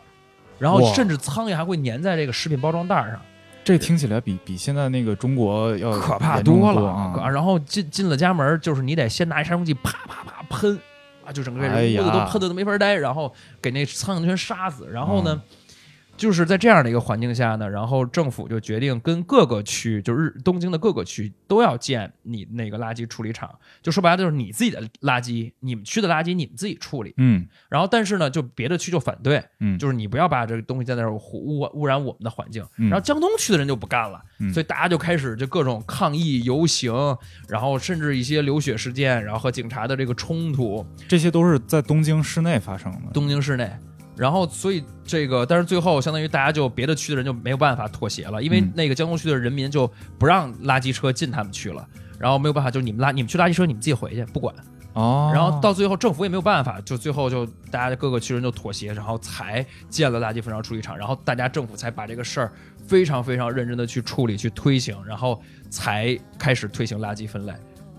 [SPEAKER 2] 然后
[SPEAKER 1] 哇
[SPEAKER 2] 甚至苍蝇还会粘在这个食品包装袋儿上。
[SPEAKER 1] 这听起来比比现在那个中国要
[SPEAKER 2] 可怕
[SPEAKER 1] 严重
[SPEAKER 2] 多了。可
[SPEAKER 1] 啊！
[SPEAKER 2] 然后进进了家门儿，就是你得先拿一杀虫剂啪啪啪喷，啊，就整个
[SPEAKER 1] 哎
[SPEAKER 2] 这
[SPEAKER 1] 呀
[SPEAKER 2] 屋子都喷的都没法待，然后给那苍蝇全杀死。然后
[SPEAKER 1] 嗯
[SPEAKER 2] 呢，就是在这样的一个环境下呢，然后政府就决定跟各个区，就是日东京的各个区都要建你那个垃圾处理厂。就说白了，就是你自己的垃圾，你们区的垃圾你们自己处理。
[SPEAKER 1] 嗯
[SPEAKER 2] 然后但是呢，就别的区就反对，
[SPEAKER 1] 嗯，
[SPEAKER 2] 就是你不要把这个东西在那儿污污污染我们的环境。
[SPEAKER 1] 嗯
[SPEAKER 2] 然后江东区的人就不干了，
[SPEAKER 1] 嗯
[SPEAKER 2] 所以大家就开始就各种抗议、游行，然后甚至一些流血事件，然后和警察的这个冲突，
[SPEAKER 1] 这些都是在东京市内发生的。
[SPEAKER 2] 东京市内。然后，所以这个，但是最后相当于大家就别的区的人就没有办法妥协了，因为
[SPEAKER 1] 嗯
[SPEAKER 2] 那个江东区的人民就不让垃圾车进他们区了，然后没有办法，就是你们垃你们去垃圾车，你们自己回去，不管。
[SPEAKER 1] 哦，
[SPEAKER 2] 然后到最后政府也没有办法，就最后就大家各个区人就妥协，然后才建了垃圾焚烧处理厂，然后大家政府才把这个事儿非常非常认真的去处理、去推行，然后才开始推行垃圾分类。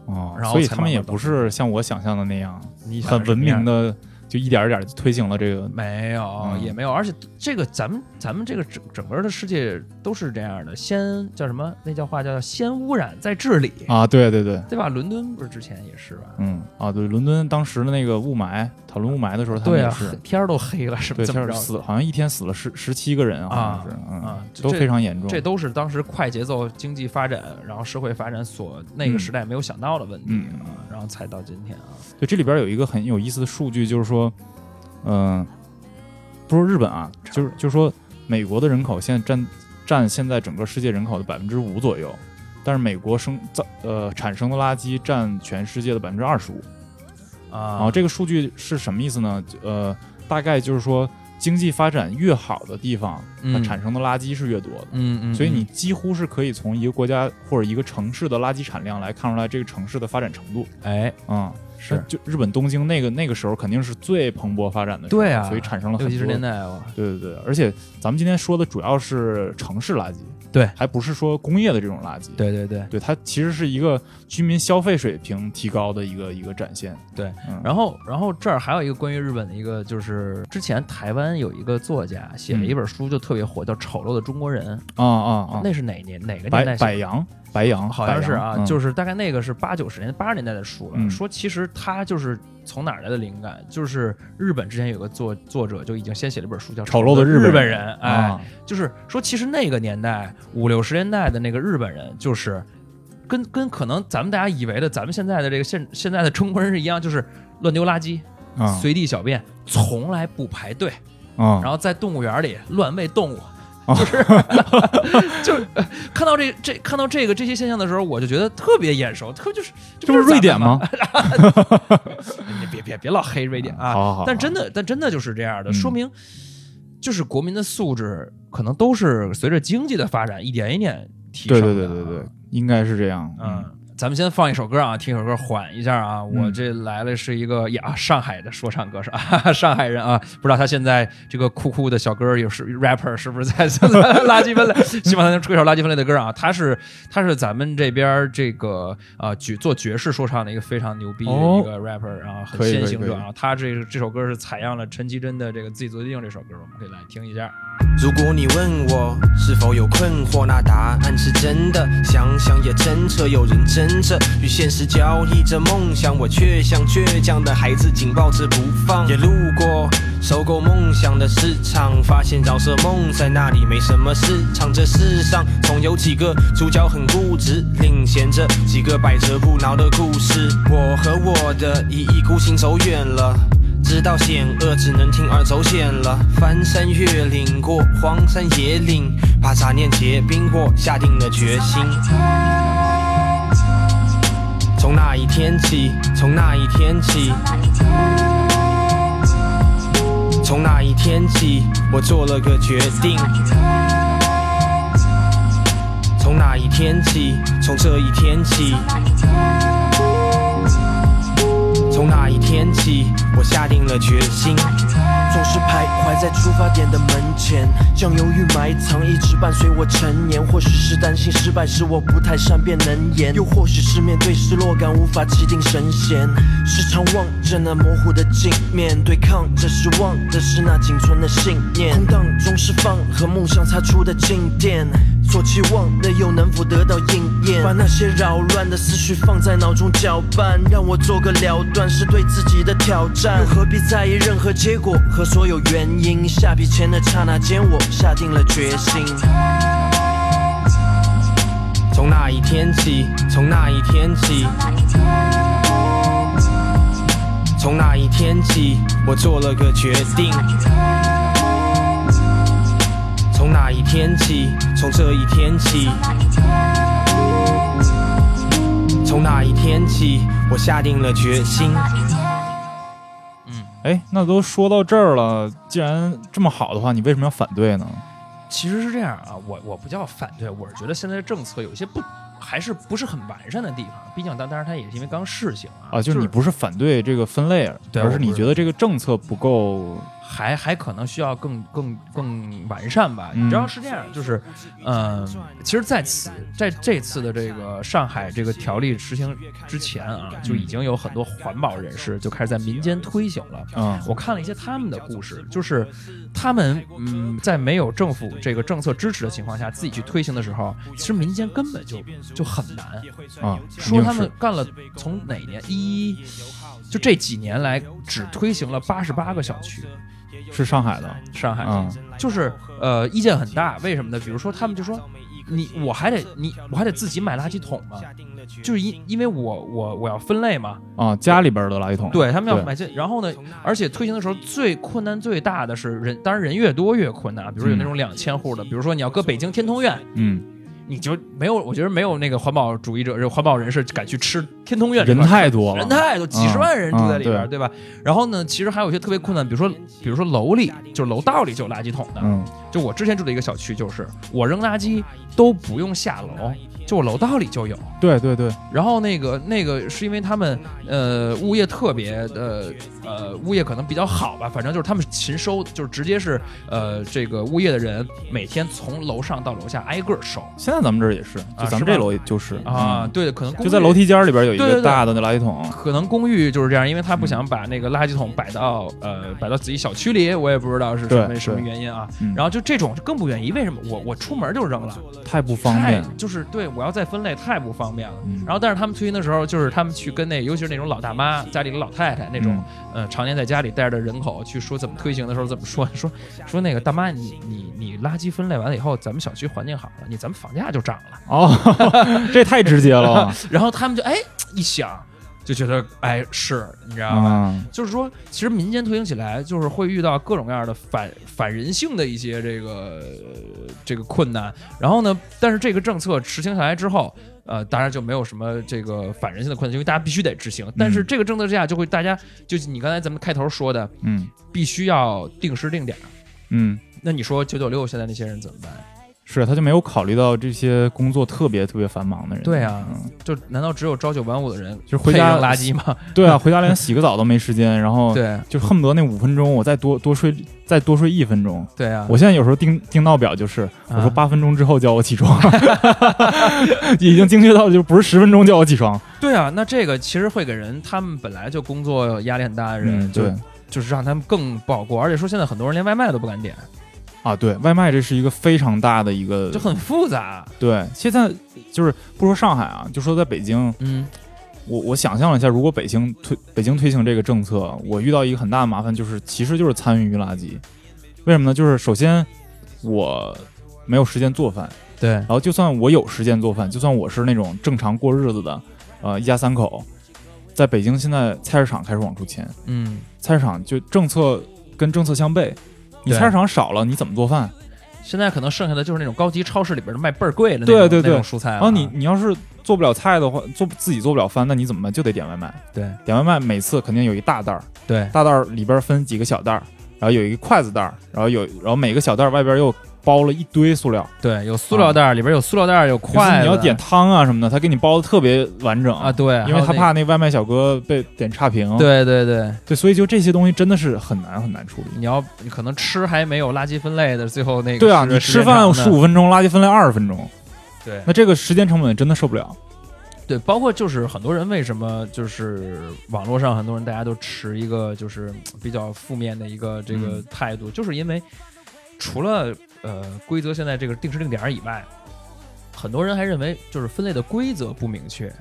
[SPEAKER 1] 哦，
[SPEAKER 2] 然后
[SPEAKER 1] 所以他
[SPEAKER 2] 才
[SPEAKER 1] 们
[SPEAKER 2] 慢慢
[SPEAKER 1] 也
[SPEAKER 2] 到
[SPEAKER 1] 不是像我想象的那样
[SPEAKER 2] 你想
[SPEAKER 1] 很文明
[SPEAKER 2] 的
[SPEAKER 1] 的，就一点一点地推行了这个。
[SPEAKER 2] 没有，
[SPEAKER 1] 嗯
[SPEAKER 2] 也没有，而且这个咱们咱们这个整整个的世界都是这样的，先叫什么？那叫话叫先污染再治理，
[SPEAKER 1] 啊，对对对，
[SPEAKER 2] 对吧？伦敦不是之前也是吧？
[SPEAKER 1] 嗯啊，对，伦敦当时的那个雾霾，讨论雾霾的时候，他们
[SPEAKER 2] 对
[SPEAKER 1] 也
[SPEAKER 2] 啊
[SPEAKER 1] 是，，
[SPEAKER 2] 天儿都黑了，是不
[SPEAKER 1] 对，
[SPEAKER 2] 是？怎么
[SPEAKER 1] 他
[SPEAKER 2] 着？
[SPEAKER 1] 死，好像一天死了十十七个人，好像是，
[SPEAKER 2] 啊
[SPEAKER 1] 嗯，
[SPEAKER 2] 这
[SPEAKER 1] 都非常严重。
[SPEAKER 2] 这都是当时快节奏经济发展，然后社会发展所那个时代没有想到的问题
[SPEAKER 1] 嗯
[SPEAKER 2] 啊，然后才到今天啊。
[SPEAKER 1] 对，这里边有一个很有意思的数据，就是说，嗯、不说日本啊，就是就是说，美国的人口现在占占现在整个世界人口的百分之五左右，但是美国生造呃产生的垃圾占全世界的百分之二十五。然
[SPEAKER 2] 啊
[SPEAKER 1] 嗯哦后，这个数据是什么意思呢？呃，大概就是说，经济发展越好的地方，它
[SPEAKER 2] 嗯
[SPEAKER 1] 产生的垃圾是越多的。
[SPEAKER 2] 嗯嗯，
[SPEAKER 1] 所以你几乎是可以从一个国家或者一个城市的垃圾产量来看出来这个城市的发展程度
[SPEAKER 2] 嗯哎
[SPEAKER 1] 啊、嗯
[SPEAKER 2] 是
[SPEAKER 1] 就日本东京那个那个时候肯定是最蓬勃发展的时候，
[SPEAKER 2] 对啊，
[SPEAKER 1] 所以产生了很多
[SPEAKER 2] 六七十年代啊，
[SPEAKER 1] 对对对，而且咱们今天说的主要是城市垃圾，
[SPEAKER 2] 对
[SPEAKER 1] 还不是说工业的这种垃圾，
[SPEAKER 2] 对对对。
[SPEAKER 1] 对，它其实是一个居民消费水平提高的一个一个展现，
[SPEAKER 2] 对
[SPEAKER 1] 嗯，
[SPEAKER 2] 然后，然后这儿还有一个关于日本的一个，就是之前台湾有一个作家写
[SPEAKER 1] 嗯
[SPEAKER 2] 了一本书，就特别火，叫《丑陋的中国人》，
[SPEAKER 1] 啊啊啊，
[SPEAKER 2] 那是哪年哪个年代
[SPEAKER 1] 白
[SPEAKER 2] 写的？
[SPEAKER 1] 白羊白羊
[SPEAKER 2] 好像是啊，就是是大概那个是八九十年八十年代的书了。
[SPEAKER 1] 嗯
[SPEAKER 2] 说其实他就是从哪儿来的灵感，就是日本之前有个作作者就已经先写了一本书叫《
[SPEAKER 1] 丑
[SPEAKER 2] 陋
[SPEAKER 1] 陋的
[SPEAKER 2] 日
[SPEAKER 1] 日本
[SPEAKER 2] 人》，哎，
[SPEAKER 1] 啊，
[SPEAKER 2] 就是说其实那个年代五六十年代的那个日本人就是。跟跟可能咱们大家以为的咱们现在的这个现现在的中国人是一样，就是乱丢垃圾、
[SPEAKER 1] 啊
[SPEAKER 2] 随地小便，从来不排队，
[SPEAKER 1] 啊，
[SPEAKER 2] 然后在动物园里乱喂动物，
[SPEAKER 1] 哦
[SPEAKER 2] 就是就是 呃看到这这看到这个这些现象的时候，我就觉得特别眼熟，特别就是
[SPEAKER 1] 这不是瑞典？吗？
[SPEAKER 2] 这不是咱们吗别别别别老黑瑞典啊！
[SPEAKER 1] 嗯好好好，
[SPEAKER 2] 但真的但真的就是这样的，
[SPEAKER 1] 嗯
[SPEAKER 2] 说明就是国民的素质可能都是随着经济的发展一点一点提
[SPEAKER 1] 对
[SPEAKER 2] 升的。啊
[SPEAKER 1] 对对对对，，应该是这样，
[SPEAKER 2] 嗯。咱们先放一首歌啊，听一首歌缓一下啊。我
[SPEAKER 1] 嗯
[SPEAKER 2] 这来了是一个呀，上海的说唱歌手， 啊、上海人啊，不知道他现在这个酷酷的小哥儿也是 rapper，是不是在 垃圾分类？希望他能吹首垃圾分类的歌啊。他是他是咱们这边儿这个啊爵做爵士说唱的一个非常牛逼的
[SPEAKER 1] 哦
[SPEAKER 2] 一个 rapper，然后很
[SPEAKER 1] 可以
[SPEAKER 2] 先
[SPEAKER 1] 可以
[SPEAKER 2] 行
[SPEAKER 1] 可
[SPEAKER 2] 者
[SPEAKER 1] 以
[SPEAKER 2] 啊。他这这首歌是采样了陈绮贞的这个《自己做决定》这首歌，我们可以来听一下。
[SPEAKER 3] 如果你问我是否有困惑，那答案是真的。想想也真扯，有人真着与现实交易着梦想，我却像倔强的孩子紧抱着不放。也路过收购梦想的市场，发现饶舌梦在那里没什么市场。这世上总有几个主角很固执，领衔着几个百折不挠的故事。我和我的一意孤行走远了。知道险恶，只能铤而走险了。翻山越岭，过荒山野岭，把杂念结冰过，下定了决心。从那一天起，从那一天起，从那一天起，我做了个决定。从那一天起，从这一天起，从那一天起，我下定了决心。
[SPEAKER 4] 总是徘徊在出发点的门前，将犹豫埋藏，一直伴随我成年。或许是担心失败使我不太善变能言，又或许是面对失落感无法气定神闲。时常望着那模糊的镜面，对抗着失望的是那仅存的信念。空荡中释放和梦想擦出的静电，所期望的又能否得到应验？把那些扰乱的思绪放在脑中搅拌，让我做个了断，是对自己的挑战。又何必在意任何结果和所有原因？下笔前的刹那间，我下定了决心。
[SPEAKER 3] 从那一天起，从那一天起，从那一天起，我做了个决定。从那一天起，从这一天起，从那一天起，我下定了决心。
[SPEAKER 1] 哎，那都说到这儿了，既然这么好的话，你为什么要反对呢？
[SPEAKER 2] 其实是这样啊，我我不叫反对，我是觉得现在政策有些不还是不是很完善的地方。毕竟当当然它也是因为刚试行啊，
[SPEAKER 1] 啊，就是你不是反对这个分类，
[SPEAKER 2] 对
[SPEAKER 1] 而
[SPEAKER 2] 我
[SPEAKER 1] 是
[SPEAKER 2] 不
[SPEAKER 1] 你
[SPEAKER 2] 是
[SPEAKER 1] 觉得这个政策不够
[SPEAKER 2] 还还可能需要更更更完善吧。
[SPEAKER 1] 嗯
[SPEAKER 2] 你知道是这样，就是嗯，其实在此在这次的这个上海这个条例实行之前啊，就已经有很多环保人士就开始在民间推行了。
[SPEAKER 1] 啊、
[SPEAKER 2] 我看了一些他们的故事，就是他们嗯，在没有政府这个政策支持的情况下，自己去推行的时候，其实民间根本就就很难。
[SPEAKER 1] 啊，肯
[SPEAKER 2] 说
[SPEAKER 1] 定
[SPEAKER 2] 他
[SPEAKER 1] 是
[SPEAKER 2] 们干了从哪年一，就这几年来只推行了八十八个小区，
[SPEAKER 1] 是上海的，
[SPEAKER 2] 上海、
[SPEAKER 1] 嗯
[SPEAKER 2] 就是呃意见很大，为什么呢？比如说他们就说你我还得你我还得自己买垃圾桶嘛，就是因因为我我我要分类嘛，
[SPEAKER 1] 啊，家里边的垃圾桶，
[SPEAKER 2] 对他们要买这，然后呢，而且推行的时候最困难最大的是人，当然人越多越困难，比如有那种两千户的，比如说你要搁北京天通苑，
[SPEAKER 1] 嗯，
[SPEAKER 2] 你就没有，我觉得没有那个环保主义者、环保人士敢去吃天通苑这
[SPEAKER 1] 人
[SPEAKER 2] 块儿
[SPEAKER 1] 太多了，
[SPEAKER 2] 人太多，几十万人住在里边儿，
[SPEAKER 1] 嗯嗯
[SPEAKER 2] 对吧？然后呢，其实还有一些特别困难，比如说，比如说楼里，就是楼道里就有垃圾桶的。
[SPEAKER 1] 嗯，
[SPEAKER 2] 就我之前住的一个小区，就是我扔垃圾都不用下楼，就我楼道里就有。
[SPEAKER 1] 对对对，
[SPEAKER 2] 然后那个那个是因为他们呃物业特别的呃物业可能比较好吧，反正就是他们勤收，就是直接是呃这个物业的人每天从楼上到楼下挨个儿收
[SPEAKER 1] 现在咱们这儿也是，就咱们这
[SPEAKER 2] 啊是吧
[SPEAKER 1] 楼就是
[SPEAKER 2] 啊，
[SPEAKER 1] 嗯
[SPEAKER 2] 对的，可能公
[SPEAKER 1] 就在
[SPEAKER 2] 寓
[SPEAKER 1] 楼梯间里边有一
[SPEAKER 2] 对对
[SPEAKER 1] 个
[SPEAKER 2] 对
[SPEAKER 1] 大的那垃圾桶，
[SPEAKER 2] 可能公寓就是这样，因为他不想把那个垃圾桶摆到呃摆到自己小区里，我也不知道是什么
[SPEAKER 1] 对
[SPEAKER 2] 什么
[SPEAKER 1] 对
[SPEAKER 2] 原因啊。
[SPEAKER 1] 嗯
[SPEAKER 2] 然后就这种更不愿意，为什么？我我出门就扔了，
[SPEAKER 1] 太不方便
[SPEAKER 2] 太，就是对我要再分类太不方便了。
[SPEAKER 1] 嗯
[SPEAKER 2] 然后但是他们推行的时候，就是他们去跟那尤其是那种老大妈家里的老太太那种，呃常年在家里待着的人口去说怎么推行的时候怎么说说说那个大妈你你你垃圾分类完了以后，咱们小区环境好了，你咱们房价就涨了。
[SPEAKER 1] 哦， 这太直接 了
[SPEAKER 2] 然后他们就哎一想就觉得哎是你知道吧？
[SPEAKER 1] 啊，
[SPEAKER 2] 就是说，其实民间推行起来，就是会遇到各种各样的反反人性的一些这个、呃这个困难。然后呢，但是这个政策实行下来之后，呃，当然就没有什么这个反人性的困难，因为大家必须得执行。但是这个政策之下，就会大家就是你刚才咱们开头说的，
[SPEAKER 1] 嗯
[SPEAKER 2] 必须要定时定点儿。
[SPEAKER 1] 嗯，
[SPEAKER 2] 那你说九九六现在那些人怎么办？
[SPEAKER 1] 是他就没有考虑到这些工作特别特别繁忙的人。
[SPEAKER 2] 对啊
[SPEAKER 1] 嗯
[SPEAKER 2] 就难道只有朝九晚五的人
[SPEAKER 1] 就回家嗯
[SPEAKER 2] 配扔垃圾吗？
[SPEAKER 1] 对啊，回家连洗个澡都没时间，然后
[SPEAKER 2] 对
[SPEAKER 1] 就恨不得那五分钟我再多多睡再多睡一分钟。
[SPEAKER 2] 对啊，
[SPEAKER 1] 我现在有时候定定闹表就是，我说
[SPEAKER 2] 啊
[SPEAKER 1] 八分钟之后叫我起床， 已经精确到就不是十分钟叫我起床。
[SPEAKER 2] 对啊，那这个其实会给人他们本来就工作压力很大的人，
[SPEAKER 1] 嗯，
[SPEAKER 2] 就
[SPEAKER 1] 对
[SPEAKER 2] 就是让他们更不好过。而且说现在很多人连外卖都不敢点，
[SPEAKER 1] 啊，对外卖这是一个非常大的一个
[SPEAKER 2] 就很复杂。
[SPEAKER 1] 对，现在就是不说上海啊，就说在北京，
[SPEAKER 2] 嗯
[SPEAKER 1] 我我想象了一下，如果北京推北京推行这个政策，我遇到一个很大的麻烦，就是其实就是参与垃圾。为什么呢？就是首先我没有时间做饭，
[SPEAKER 2] 对
[SPEAKER 1] 然后就算我有时间做饭，就算我是那种正常过日子的，呃，一家三口，在北京现在菜市场开始往出迁，
[SPEAKER 2] 嗯，
[SPEAKER 1] 菜市场就政策跟政策相悖，你
[SPEAKER 2] 对
[SPEAKER 1] 菜市场少了，你怎么做饭？
[SPEAKER 2] 现在可能剩下的就是那种高级超市里边的卖倍儿贵的那种
[SPEAKER 1] 对对对
[SPEAKER 2] 那种蔬菜了
[SPEAKER 1] 然后你你要是做不了菜的话，做自己做不了饭，那你怎么办？就得点外卖。
[SPEAKER 2] 对
[SPEAKER 1] 点外卖每次肯定有一大袋儿，
[SPEAKER 2] 对
[SPEAKER 1] 大袋儿里边分几个小袋儿，然后有一个筷子袋儿，然后有然后每个小袋儿外边又包了一堆塑料，
[SPEAKER 2] 对，有塑料袋儿，里边有塑料袋儿，有
[SPEAKER 1] 尤其
[SPEAKER 2] 筷子。
[SPEAKER 1] 啊你要点汤啊什么的，他给你包的特别完整
[SPEAKER 2] 啊，。对，
[SPEAKER 1] 因
[SPEAKER 2] 还
[SPEAKER 1] 为
[SPEAKER 2] 有
[SPEAKER 1] 他
[SPEAKER 2] 那
[SPEAKER 1] 怕那外卖小哥被点差评，
[SPEAKER 2] 对对对，
[SPEAKER 1] 对所以就这些东西真的是很难很难处理。
[SPEAKER 2] 你要你可能吃还没有垃圾分类的，最后那个
[SPEAKER 1] 对啊，
[SPEAKER 2] 时间
[SPEAKER 1] 你吃饭
[SPEAKER 2] 长
[SPEAKER 1] 十
[SPEAKER 2] 的
[SPEAKER 1] 五分钟，垃圾分类二十分钟，
[SPEAKER 2] 对
[SPEAKER 1] 那这个时间成本真的受不了。
[SPEAKER 2] 对，包括就是很多人为什么就是网络上很多人大家都持一个就是嗯比较负面的一个这个
[SPEAKER 1] 嗯
[SPEAKER 2] 态度，就是因为除了呃规则现在这个定时定点儿以外，很多人还认为就是分类的规则不明确，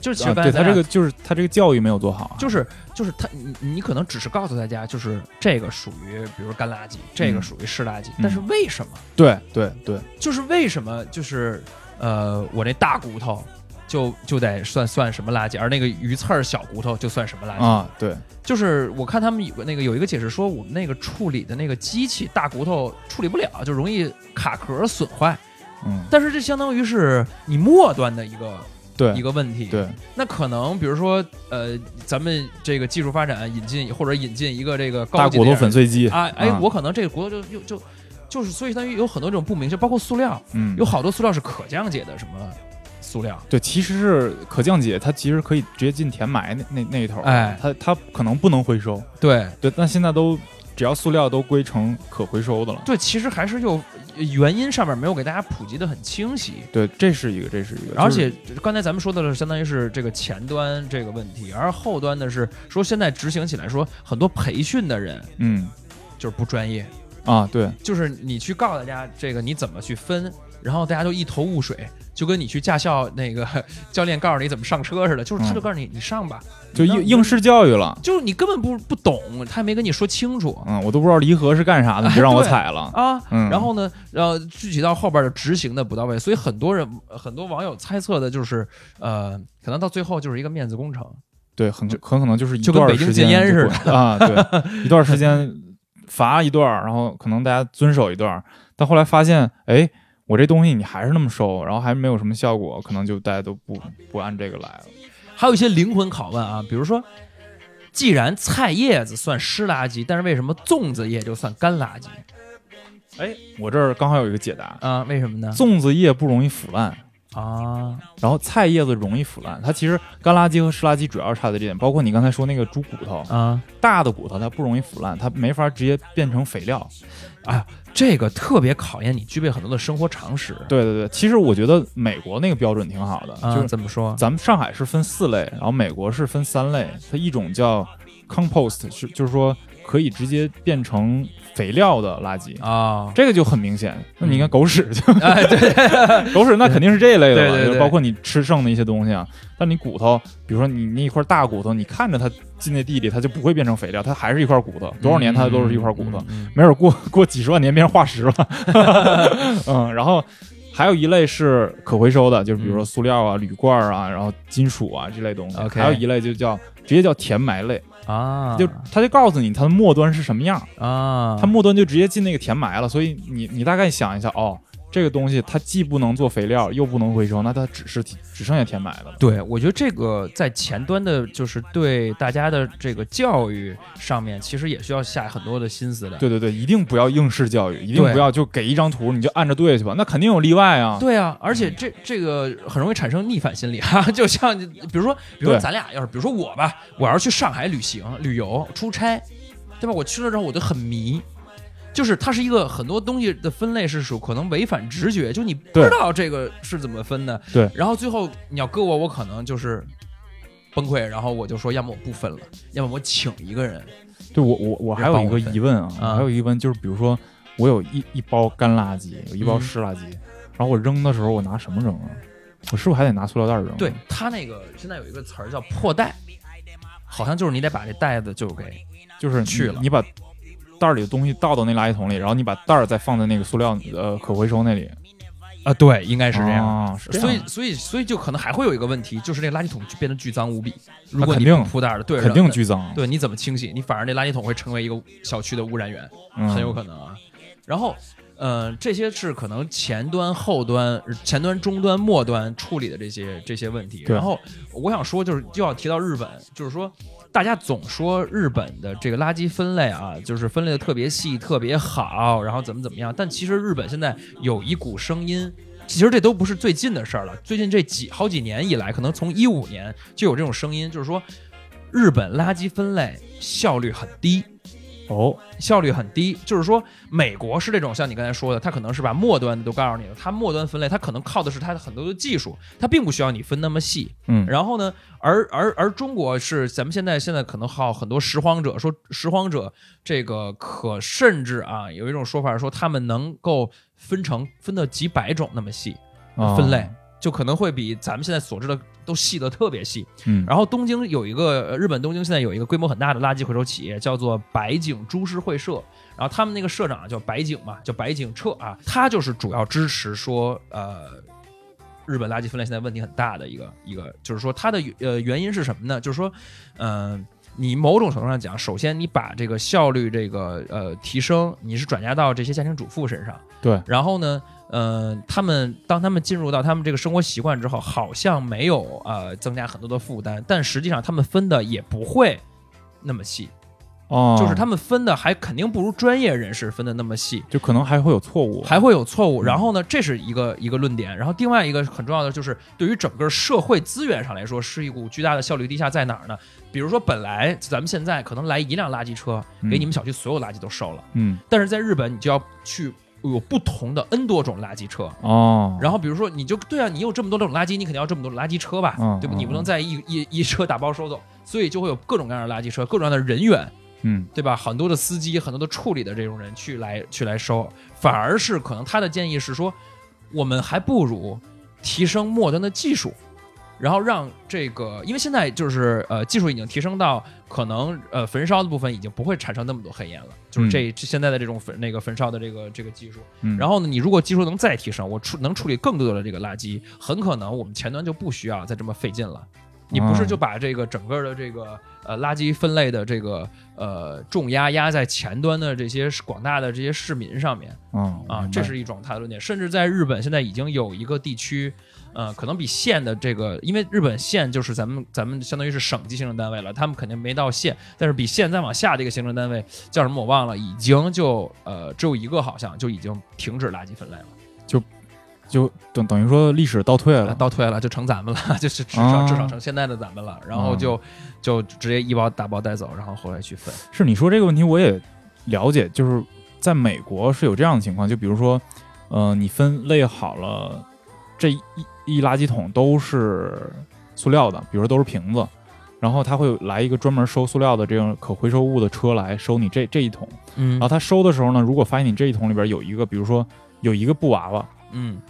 [SPEAKER 2] 就是其实
[SPEAKER 1] 啊
[SPEAKER 2] 发
[SPEAKER 1] 对
[SPEAKER 2] 现
[SPEAKER 1] 他
[SPEAKER 2] 大
[SPEAKER 1] 这
[SPEAKER 2] 家、
[SPEAKER 1] 个就是他这个教育没有做好啊，
[SPEAKER 2] 就是就是他你你可能只是告诉大家就是这个属于比如干垃圾，这个
[SPEAKER 1] 嗯
[SPEAKER 2] 属于湿垃圾，但是为什么？
[SPEAKER 1] 对对对，
[SPEAKER 2] 就是为什么就是呃，我那大骨头就就得算算什么垃圾，而那个鱼刺儿小骨头就算什么垃圾？
[SPEAKER 1] 啊对，
[SPEAKER 2] 就是我看他们有个那个有一个解释说，我们那个处理的那个机器大骨头处理不了，就容易卡壳损坏。
[SPEAKER 1] 嗯
[SPEAKER 2] 但是这相当于是你末端的一个
[SPEAKER 1] 对
[SPEAKER 2] 一个问题。
[SPEAKER 1] 对，
[SPEAKER 2] 那可能比如说呃，咱们这个技术发展引进或者引进一个这个高
[SPEAKER 1] 大
[SPEAKER 2] 级
[SPEAKER 1] 骨头
[SPEAKER 2] 点儿
[SPEAKER 1] 粉碎机
[SPEAKER 2] 啊，哎，
[SPEAKER 1] 啊
[SPEAKER 2] 我可能这个骨头就就就就是，所以相当于有很多这种不明确，包括塑料。
[SPEAKER 1] 嗯
[SPEAKER 2] 有好多塑料是可降解的，什么塑料，
[SPEAKER 1] 对，其实是可降解，它其实可以直接进填埋那那那一头，
[SPEAKER 2] 哎
[SPEAKER 1] 它它可能不能回收，
[SPEAKER 2] 对
[SPEAKER 1] 对，但现在都只要塑料都归成可回收的了，
[SPEAKER 2] 对，其实还是又原因上面没有给大家普及的很清晰。
[SPEAKER 1] 对，这是一个，这是一个，
[SPEAKER 2] 而
[SPEAKER 1] 就是
[SPEAKER 2] 且刚才咱们说的是，相当于是这个前端这个问题，而后端的是说现在执行起来说，很多培训的人
[SPEAKER 1] 嗯
[SPEAKER 2] 就是不专业，
[SPEAKER 1] 啊，对
[SPEAKER 2] 就是你去告诉大家这个你怎么去分，然后大家就一头雾水，就跟你去驾校那个 教练告诉你怎么上车似的，就是他
[SPEAKER 1] 嗯
[SPEAKER 2] 就告诉你你上吧，
[SPEAKER 1] 就
[SPEAKER 2] 那
[SPEAKER 1] 应应试教育了，
[SPEAKER 2] 就是你根本不不懂，他也没跟你说清楚。
[SPEAKER 1] 嗯，我都不知道离合是干啥的，你就让我踩了，
[SPEAKER 2] 啊，
[SPEAKER 1] 嗯
[SPEAKER 2] 然后呢，呃，具体到后边的执行的不到位，所以很多人、很多网友猜测的就是，呃，可能到最后就是一个面子工程。
[SPEAKER 1] 对，很很可能就是一
[SPEAKER 2] 就跟
[SPEAKER 1] 段
[SPEAKER 2] 北京
[SPEAKER 1] 时
[SPEAKER 2] 戒
[SPEAKER 1] 间
[SPEAKER 2] 烟
[SPEAKER 1] 就
[SPEAKER 2] 似
[SPEAKER 1] 滚 啊，对，一段时 间罚一段儿，然后可能大家遵守一段儿，但后来发现，哎，我这东西你还是那么收，然后还没有什么效果，可能就大家都不不按这个来了。
[SPEAKER 2] 还有一些灵魂拷问啊，比如说，既然菜叶子算湿垃圾，但是为什么粽子叶就算干垃圾
[SPEAKER 1] 哎，我这儿刚好有一个解答，
[SPEAKER 2] 啊？为什么呢？
[SPEAKER 1] 粽子叶不容易腐烂，
[SPEAKER 2] 啊，
[SPEAKER 1] 然后菜叶子容易腐烂。它其实干垃圾和湿垃圾主要差在这点，包括你刚才说那个猪骨头，
[SPEAKER 2] 啊
[SPEAKER 1] 大的骨头它不容易腐烂，它没法直接变成肥料。
[SPEAKER 2] 啊，这个特别考验你具备很多的生活常识。
[SPEAKER 1] 对对对，其实我觉得美国那个标准挺好的，
[SPEAKER 2] 啊，
[SPEAKER 1] 就是
[SPEAKER 2] 怎么说？
[SPEAKER 1] 咱们上海是分四类，然后美国是分三类。它一种叫 compost，是就是说可以直接变成肥料的垃圾，
[SPEAKER 2] 啊，
[SPEAKER 1] 这个就很明显。那你看狗屎就，
[SPEAKER 2] 哎，对，
[SPEAKER 1] 狗屎那肯定是这一类的
[SPEAKER 2] 对
[SPEAKER 1] 了，
[SPEAKER 2] 对对
[SPEAKER 1] 就是包括你吃剩的一些东西啊。但你骨头，比如说你那一块大骨头，你看着它进那地里，它就不会变成肥料，它还是一块骨头，多少年它都是一块骨头。
[SPEAKER 2] 嗯。嗯嗯
[SPEAKER 1] 没准过过几十万年变成化石了。 嗯，然后还有一类是可回收的，就是比如说塑料啊、铝罐啊，然后金属啊这类东西。
[SPEAKER 2] OK
[SPEAKER 1] 还有一类就叫直接叫填埋类，
[SPEAKER 2] 啊，
[SPEAKER 1] 就它就告诉你它的末端是什么样，
[SPEAKER 2] 啊，
[SPEAKER 1] 它末端就直接进那个填埋了，所以你你大概想一下哦。这个东西它既不能做肥料，又不能回收，那它只是只剩下填埋的了。
[SPEAKER 2] 对，我觉得这个在前端的，就是对大家的这个教育上面，其实也需要下很多的心思的。
[SPEAKER 1] 对对对，一定不要应试教育，一定
[SPEAKER 2] 对
[SPEAKER 1] 不要就给一张图你就按着对去吧，那肯定有例外啊。
[SPEAKER 2] 对啊，而且这这个很容易产生逆反心理哈、 就像你比如说，比如说
[SPEAKER 1] 对
[SPEAKER 2] 咱俩要是，比如说我吧，我要是去上海旅行、旅游、出差，对吧？我去了之后我就很迷，就是它是一个很多东西的分类是属可能违反直觉，就你不
[SPEAKER 1] 对
[SPEAKER 2] 知道这个是怎么分的。
[SPEAKER 1] 对
[SPEAKER 2] 然后最后你要搁我，我可能就是崩溃，然后我就说，要么我不分了，要么我请一个人。
[SPEAKER 1] 对我我我还有一个疑问啊，
[SPEAKER 2] 啊
[SPEAKER 1] 还有一个疑问就是，比如说我有一一包干垃圾，有一包
[SPEAKER 2] 嗯
[SPEAKER 1] 湿垃圾，然后我扔的时候我拿什么扔啊？我是不是还得拿塑料袋扔啊？
[SPEAKER 2] 对他那个现在有一个词儿叫破袋，好像就是你得把这袋子就给
[SPEAKER 1] 就是你
[SPEAKER 2] 去了
[SPEAKER 1] 你把袋儿里的东西倒到那垃圾桶里，然后你把袋儿再放在那个塑料呃可回收那里，
[SPEAKER 2] 啊，对，应该是这样。
[SPEAKER 1] 啊、是这样
[SPEAKER 2] 所以，所以，所以就可能还会有一个问题，就是这垃圾桶就变得巨脏无比。如果
[SPEAKER 1] 肯
[SPEAKER 2] 你
[SPEAKER 1] 定
[SPEAKER 2] 不铺袋儿的，对，
[SPEAKER 1] 肯定
[SPEAKER 2] 然后
[SPEAKER 1] 巨脏，
[SPEAKER 2] 对，你怎么清洗？你反而那垃圾桶会成为一个小区的污染源，
[SPEAKER 1] 嗯
[SPEAKER 2] 很有可能啊。然后，呃，这些是可能前端、后端、前端、终端、末端处理的这些这些问题。
[SPEAKER 1] 对
[SPEAKER 2] 然后，我想说，就是又要提到日本，就是说，大家总说日本的这个垃圾分类啊，就是分类的特别细、特别好，然后怎么怎么样。但其实日本现在有一股声音。其实这都不是最近的事儿了，最近这几好几年以来，可能从一五年就有这种声音，就是说日本垃圾分类效率很低，
[SPEAKER 1] 哦，
[SPEAKER 2] 效率很低。就是说，美国是这种像你刚才说的，它可能是把末端的都告诉你了，它末端分类，它可能靠的是它的很多的技术，它并不需要你分那么细。
[SPEAKER 1] 嗯，
[SPEAKER 2] 然后呢，而而而中国是咱们现在现在可能好很多拾荒者说拾荒者这个可甚至啊有一种说法说他们能够分成分到几百种那么细
[SPEAKER 1] 啊
[SPEAKER 2] 分类，，就可能会比咱们现在所知的都细的特别细。
[SPEAKER 1] 嗯，
[SPEAKER 2] 然后东京有一个呃日本东京现在有一个规模很大的垃圾回收企业，叫做白井株式会社。然后他们那个社长啊叫白井嘛，叫白井彻啊，他就是主要支持说呃。日本垃圾分类现在问题很大的一个一个，就是说它的呃原因是什么呢？就是说，嗯、你某种程度上讲，首先你把这个效率这个呃提升，你是转嫁到这些家庭主妇身上，
[SPEAKER 1] 对，
[SPEAKER 2] 然后呢，呃，他们当他们进入到他们这个生活习惯之后，好像没有呃增加很多的负担，但实际上他们分的也不会那么细，
[SPEAKER 1] 哦，
[SPEAKER 2] 就是他们分的还肯定不如专业人士分的那么细。
[SPEAKER 1] 就可能还会有错误，
[SPEAKER 2] 还会有错误，然后呢，这是一个一个论点。然后另外一个很重要的就是，对于整个社会资源上来说，是一股巨大的效率低下在哪儿呢？比如说，本来咱们现在可能来一辆垃圾车，给
[SPEAKER 1] 嗯
[SPEAKER 2] 你们小区所有垃圾都收了，
[SPEAKER 1] 嗯，
[SPEAKER 2] 但是在日本，你就要去有不同的 N 多种垃圾车，
[SPEAKER 1] 哦，
[SPEAKER 2] 然后比如说，你就对啊，你有这么多种垃圾，你肯定要这么多垃圾车吧，
[SPEAKER 1] 嗯
[SPEAKER 2] 对吧？
[SPEAKER 1] 嗯
[SPEAKER 2] 你不能再一一一车打包收走，所以就会有各种各样的垃圾车，各种各样的人员，
[SPEAKER 1] 嗯，
[SPEAKER 2] 对吧？很多的司机，很多的处理的这种人去来去来收，反而是可能他的建议是说，我们还不如提升末端的技术，然后让这个，因为现在就是呃技术已经提升到可能呃焚烧的部分已经不会产生那么多黑烟了，就是这、这现在的这种焚那个焚烧的这个这个技术，
[SPEAKER 1] 嗯
[SPEAKER 2] 然后呢，你如果技术能再提升，我处能处理更多的这个垃圾，很可能我们前端就不需要再这么费劲了。你不是就把这个整个的这个呃垃圾分类的这个呃重压压在前端的这些广大的这些市民上面
[SPEAKER 1] 嗯
[SPEAKER 2] 啊？这是一种他的论点。甚至在日本现在已经有一个地区，呃，可能比县的这个，因为日本县就是咱们咱们相当于是省级行政单位了，他们肯定没到县，但是比县再往下这个行政单位叫什么我忘了，已经就呃只有一个好像就已经停止垃圾分类了。
[SPEAKER 1] 就等等于说历史倒退了，
[SPEAKER 2] 倒退了，就成咱们了， 就是至少、
[SPEAKER 1] 啊
[SPEAKER 2] 至少成现在的咱们了。然后
[SPEAKER 1] 嗯
[SPEAKER 2] 就、就直接一包打包带走，然后回来去分。
[SPEAKER 1] 是你说这个问题我也了解，就是在美国是有这样的情况，就比如说，呃，你分类好了，这一一垃圾桶都是塑料的，比如说都是瓶子，然后他会来一个专门收塑料的这样可回收物的车来收你这这一桶，
[SPEAKER 2] 嗯
[SPEAKER 1] 然后他收的时候呢，如果发现你这一桶里边有一个，比如说有一个布娃娃，
[SPEAKER 2] 嗯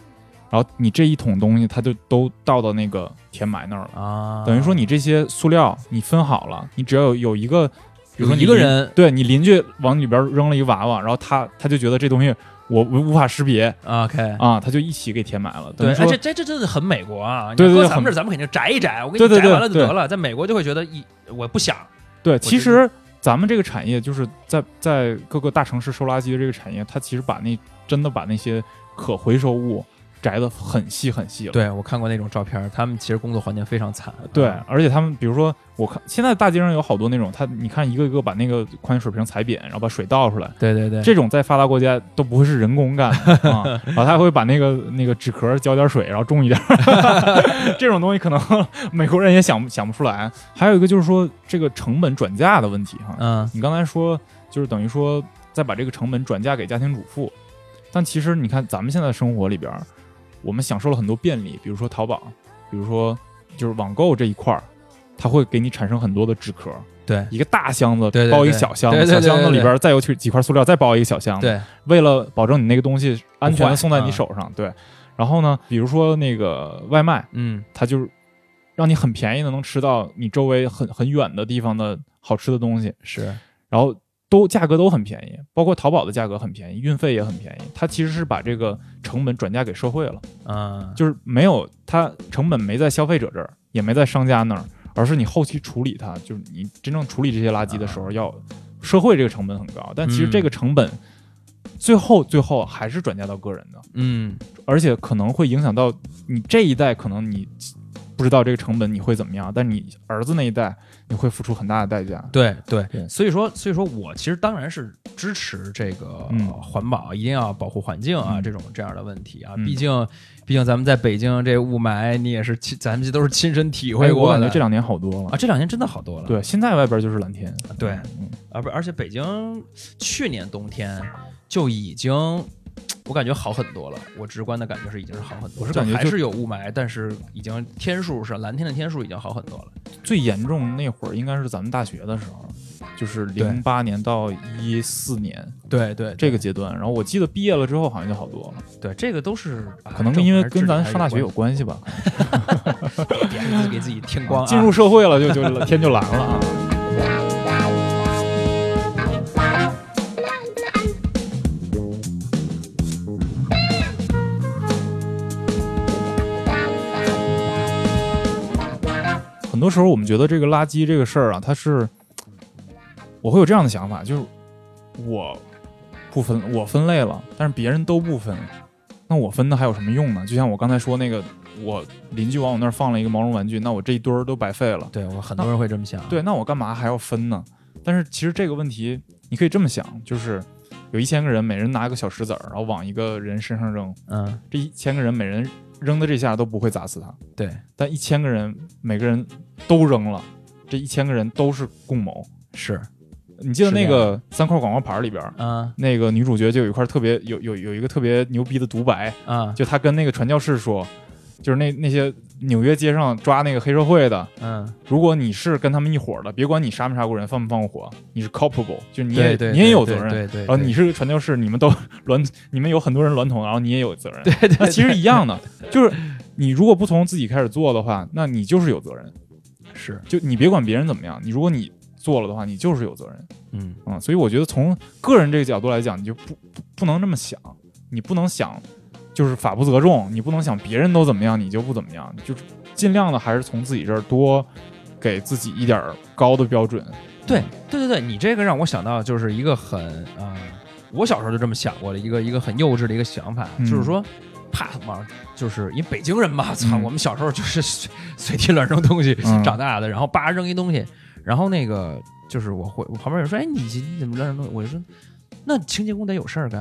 [SPEAKER 1] 然后你这一桶东西他就都倒到那个填埋那儿了。
[SPEAKER 2] 啊，
[SPEAKER 1] 等于说你这些塑料你分好了，你只要有有一个，比如
[SPEAKER 2] 有
[SPEAKER 1] 说你
[SPEAKER 2] 一个
[SPEAKER 1] 邻
[SPEAKER 2] 人
[SPEAKER 1] 对你邻居往里边扔了一娃娃，然后他他就觉得这东西我无无法识别
[SPEAKER 2] OK。
[SPEAKER 1] 啊，他就一起给填埋了。等
[SPEAKER 2] 对，
[SPEAKER 1] 于
[SPEAKER 2] 哎，
[SPEAKER 1] 说
[SPEAKER 2] 这这这真的很美国啊！你
[SPEAKER 1] 对对
[SPEAKER 2] 搁
[SPEAKER 1] 对
[SPEAKER 2] 咱
[SPEAKER 1] 很
[SPEAKER 2] 们这儿，咱们肯定摘一摘，我给
[SPEAKER 1] 对
[SPEAKER 2] 你
[SPEAKER 1] 对
[SPEAKER 2] 摘
[SPEAKER 1] 对
[SPEAKER 2] 完了就
[SPEAKER 1] 对
[SPEAKER 2] 得了。在美国就会觉得一我不想，
[SPEAKER 1] 对，
[SPEAKER 2] 觉
[SPEAKER 1] 其
[SPEAKER 2] 得
[SPEAKER 1] 实咱们这个产业就是在在各个大城市收垃圾的这个产业，它其实把那真的把那些可回收物摘得很细很细了。
[SPEAKER 2] 对我看过那种照片，他们其实工作环境非常惨。
[SPEAKER 1] 对
[SPEAKER 2] 啊，
[SPEAKER 1] 而且他们比如说，我看现在大街上有好多那种，他你看一个一个把那个矿泉水瓶踩扁，然后把水倒出来，
[SPEAKER 2] 对对对，
[SPEAKER 1] 这种在发达国家都不会是人工干 的啊，然后他还会把那个那个纸壳浇点水，然后重一点儿， 这种东西可能美国人也想不想不出来。还有一个就是说这个成本转嫁的问题哈，
[SPEAKER 2] 嗯
[SPEAKER 1] 你刚才说就是等于说再把这个成本转嫁给家庭主妇，但其实你看咱们现在生活里边儿，我们享受了很多便利，比如说淘宝，比如说就是网购这一块儿，它会给你产生很多的纸壳，
[SPEAKER 2] 对
[SPEAKER 1] 一个大箱子
[SPEAKER 2] 对对
[SPEAKER 1] 包一
[SPEAKER 2] 对
[SPEAKER 1] 小箱子，
[SPEAKER 2] 对对对
[SPEAKER 1] 小箱子
[SPEAKER 2] 对
[SPEAKER 1] 里边儿再有去几块塑料，再包一个小箱子，
[SPEAKER 2] 对
[SPEAKER 1] 为了保证你那个东西安全的送在
[SPEAKER 2] 不
[SPEAKER 1] 你
[SPEAKER 2] 坏
[SPEAKER 1] 手上，对。然后呢，比如说那个外卖，
[SPEAKER 2] 嗯
[SPEAKER 1] 它就是让你很便宜的能吃到你周围很很远的地方的好吃的东西，
[SPEAKER 2] 是
[SPEAKER 1] 然后都价格都很便宜，包括淘宝的价格很便宜，运费也很便宜。它其实是把这个成本转嫁给社会了，
[SPEAKER 2] 嗯
[SPEAKER 1] 就是没有它成本没在消费者这儿，也没在商家那儿，而是你后期处理它，就是你真正处理这些垃圾的时候要社会这个成本很高，但其实
[SPEAKER 2] 嗯
[SPEAKER 1] 这个成本最后最后还是转嫁到个人的，
[SPEAKER 2] 嗯
[SPEAKER 1] 而且可能会影响到你这一代，可能你。不知道这个成本你会怎么样，但你儿子那一代你会付出很大的代价。
[SPEAKER 2] 对对
[SPEAKER 1] 对
[SPEAKER 2] 所以说所以说我其实当然是支持这个、
[SPEAKER 1] 嗯
[SPEAKER 2] 呃环保，一定要保护环境啊，
[SPEAKER 1] 嗯
[SPEAKER 2] 这种这样的问题啊，
[SPEAKER 1] 嗯
[SPEAKER 2] 毕竟毕竟咱们在北京这雾霾，你也是亲，咱们这都是亲身体会
[SPEAKER 1] 哎我
[SPEAKER 2] 过
[SPEAKER 1] 感
[SPEAKER 2] 的。
[SPEAKER 1] 觉这两年好多了
[SPEAKER 2] 啊，这两年真的好多了。
[SPEAKER 1] 对，现在外边就是蓝天。
[SPEAKER 2] 对
[SPEAKER 1] 嗯
[SPEAKER 2] 啊，不，而且北京去年冬天就已经，我感觉好很多了。我直观的感觉是已经是好很多了，
[SPEAKER 1] 我是感觉
[SPEAKER 2] 还
[SPEAKER 1] 就是
[SPEAKER 2] 有雾霾，但是已经天数是蓝天的天数已经好很多了。
[SPEAKER 1] 最严重那会儿应该是咱们大学的时候，就是
[SPEAKER 2] 对
[SPEAKER 1] 零八年到一四年
[SPEAKER 2] 对对，
[SPEAKER 1] 这个阶段。然后我记得毕业了之后好像就好多了，
[SPEAKER 2] 对这个都是啊
[SPEAKER 1] 可能
[SPEAKER 2] 政府
[SPEAKER 1] 因为
[SPEAKER 2] 还是
[SPEAKER 1] 跟
[SPEAKER 2] 制度
[SPEAKER 1] 咱
[SPEAKER 2] 还是
[SPEAKER 1] 上大学有
[SPEAKER 2] 关
[SPEAKER 1] 关系吧。
[SPEAKER 2] 系别自己给自己添光啊。
[SPEAKER 1] 进入社会了就就天就蓝了啊。很多时候我们觉得这个垃圾这个事儿啊，它是，我会有这样的想法，就是我不分，我分类了，但是别人都不分，那我分的还有什么用呢？就像我刚才说那个，我邻居往我那儿放了一个毛绒玩具，那我这一堆儿都白费了。
[SPEAKER 2] 对我很多人会这么想。
[SPEAKER 1] 对，那我干嘛还要分呢？但是其实这个问题，你可以这么想，就是有一千个人，每人拿个小石子儿，然后往一个人身上扔，
[SPEAKER 2] 嗯，
[SPEAKER 1] 这一千个人每人扔的这下都不会砸死他，
[SPEAKER 2] 对
[SPEAKER 1] 但一千个人每个人都扔了，这一千个人都是共谋。
[SPEAKER 2] 是
[SPEAKER 1] 你记得
[SPEAKER 2] 是
[SPEAKER 1] 那
[SPEAKER 2] 这样
[SPEAKER 1] 个三块广告牌里边儿，
[SPEAKER 2] 啊
[SPEAKER 1] 那个女主角就有一块特别有有有一个特别牛逼的独白，
[SPEAKER 2] 啊
[SPEAKER 1] 就她跟那个传教士说，就是那那些纽约街上抓那个黑社会的，
[SPEAKER 2] 嗯
[SPEAKER 1] 如果你是跟他们一伙儿的，别管你杀没杀过人，放没放过火，你是 culpable，就是你也
[SPEAKER 2] 对对
[SPEAKER 1] 你也有责
[SPEAKER 2] 对
[SPEAKER 1] 任。
[SPEAKER 2] 对对，
[SPEAKER 1] 然后你
[SPEAKER 2] 是
[SPEAKER 1] 是个传教士，你们都娈， 你们有很多人娈童，然后你也有责任。
[SPEAKER 2] 对对
[SPEAKER 1] 那
[SPEAKER 2] 对
[SPEAKER 1] 其实一样的，就是你如果不从自己开始做的话，那你就是有责任。
[SPEAKER 2] 是
[SPEAKER 1] 就你别管别人怎么样，你如果你做了的话，你就是有责任
[SPEAKER 2] 嗯
[SPEAKER 1] 啊、所以我觉得从个人这个角度来讲，你就不不不能这么想，你不能想就是法不责众，你不能想别人都怎么样你就不怎么样，就是尽量的还是从自己这儿多给自己一点儿高的标准。
[SPEAKER 2] 对对对对，你这个让我想到就是一个很啊、呃我小时候就这么想过的一个一个很幼稚的一个想法，
[SPEAKER 1] 嗯
[SPEAKER 2] 就是说，怕往就是因为北京人嘛，操、
[SPEAKER 1] 嗯
[SPEAKER 2] 我们小时候就是随随地乱扔东西、
[SPEAKER 1] 嗯
[SPEAKER 2] 长大的，然后叭扔一东西，然后那个就是我会我旁边有人说，哎你你怎么乱扔东西？我就说。那清洁工得有事儿干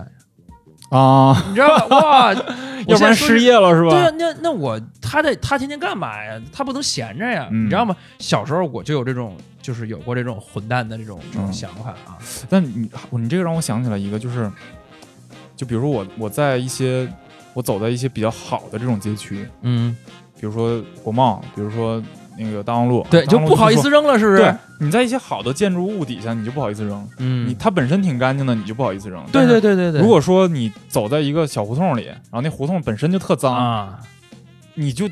[SPEAKER 2] 呀，
[SPEAKER 1] 啊，
[SPEAKER 2] 你知道吧？哇，
[SPEAKER 1] 要不然失业了是吧？
[SPEAKER 2] 对啊，那那我他得他天天干嘛呀？他不能闲着呀，
[SPEAKER 1] 嗯
[SPEAKER 2] 你知道吗？小时候我就有这种，就是有过这种混蛋的这种这种
[SPEAKER 1] 嗯
[SPEAKER 2] 想法啊。
[SPEAKER 1] 但你你这个让我想起来一个，就是就比如说我我在一些我走在一些比较好的这种街区，
[SPEAKER 2] 嗯，
[SPEAKER 1] 比如说国贸，比如说那个大望路，
[SPEAKER 2] 对，
[SPEAKER 1] 大
[SPEAKER 2] 就
[SPEAKER 1] 望路
[SPEAKER 2] 不好意
[SPEAKER 1] 说
[SPEAKER 2] 思扔了，是不
[SPEAKER 1] 对
[SPEAKER 2] 是？，
[SPEAKER 1] 你在一些好的建筑物底下，你就不好意思扔。
[SPEAKER 2] 嗯
[SPEAKER 1] 你它本身挺干净的，你就不好意思扔。
[SPEAKER 2] 对对
[SPEAKER 1] 但是
[SPEAKER 2] 对对对。
[SPEAKER 1] 如果说你走在一个小胡同里，然后那胡同本身就特脏，
[SPEAKER 2] 啊，
[SPEAKER 1] 你就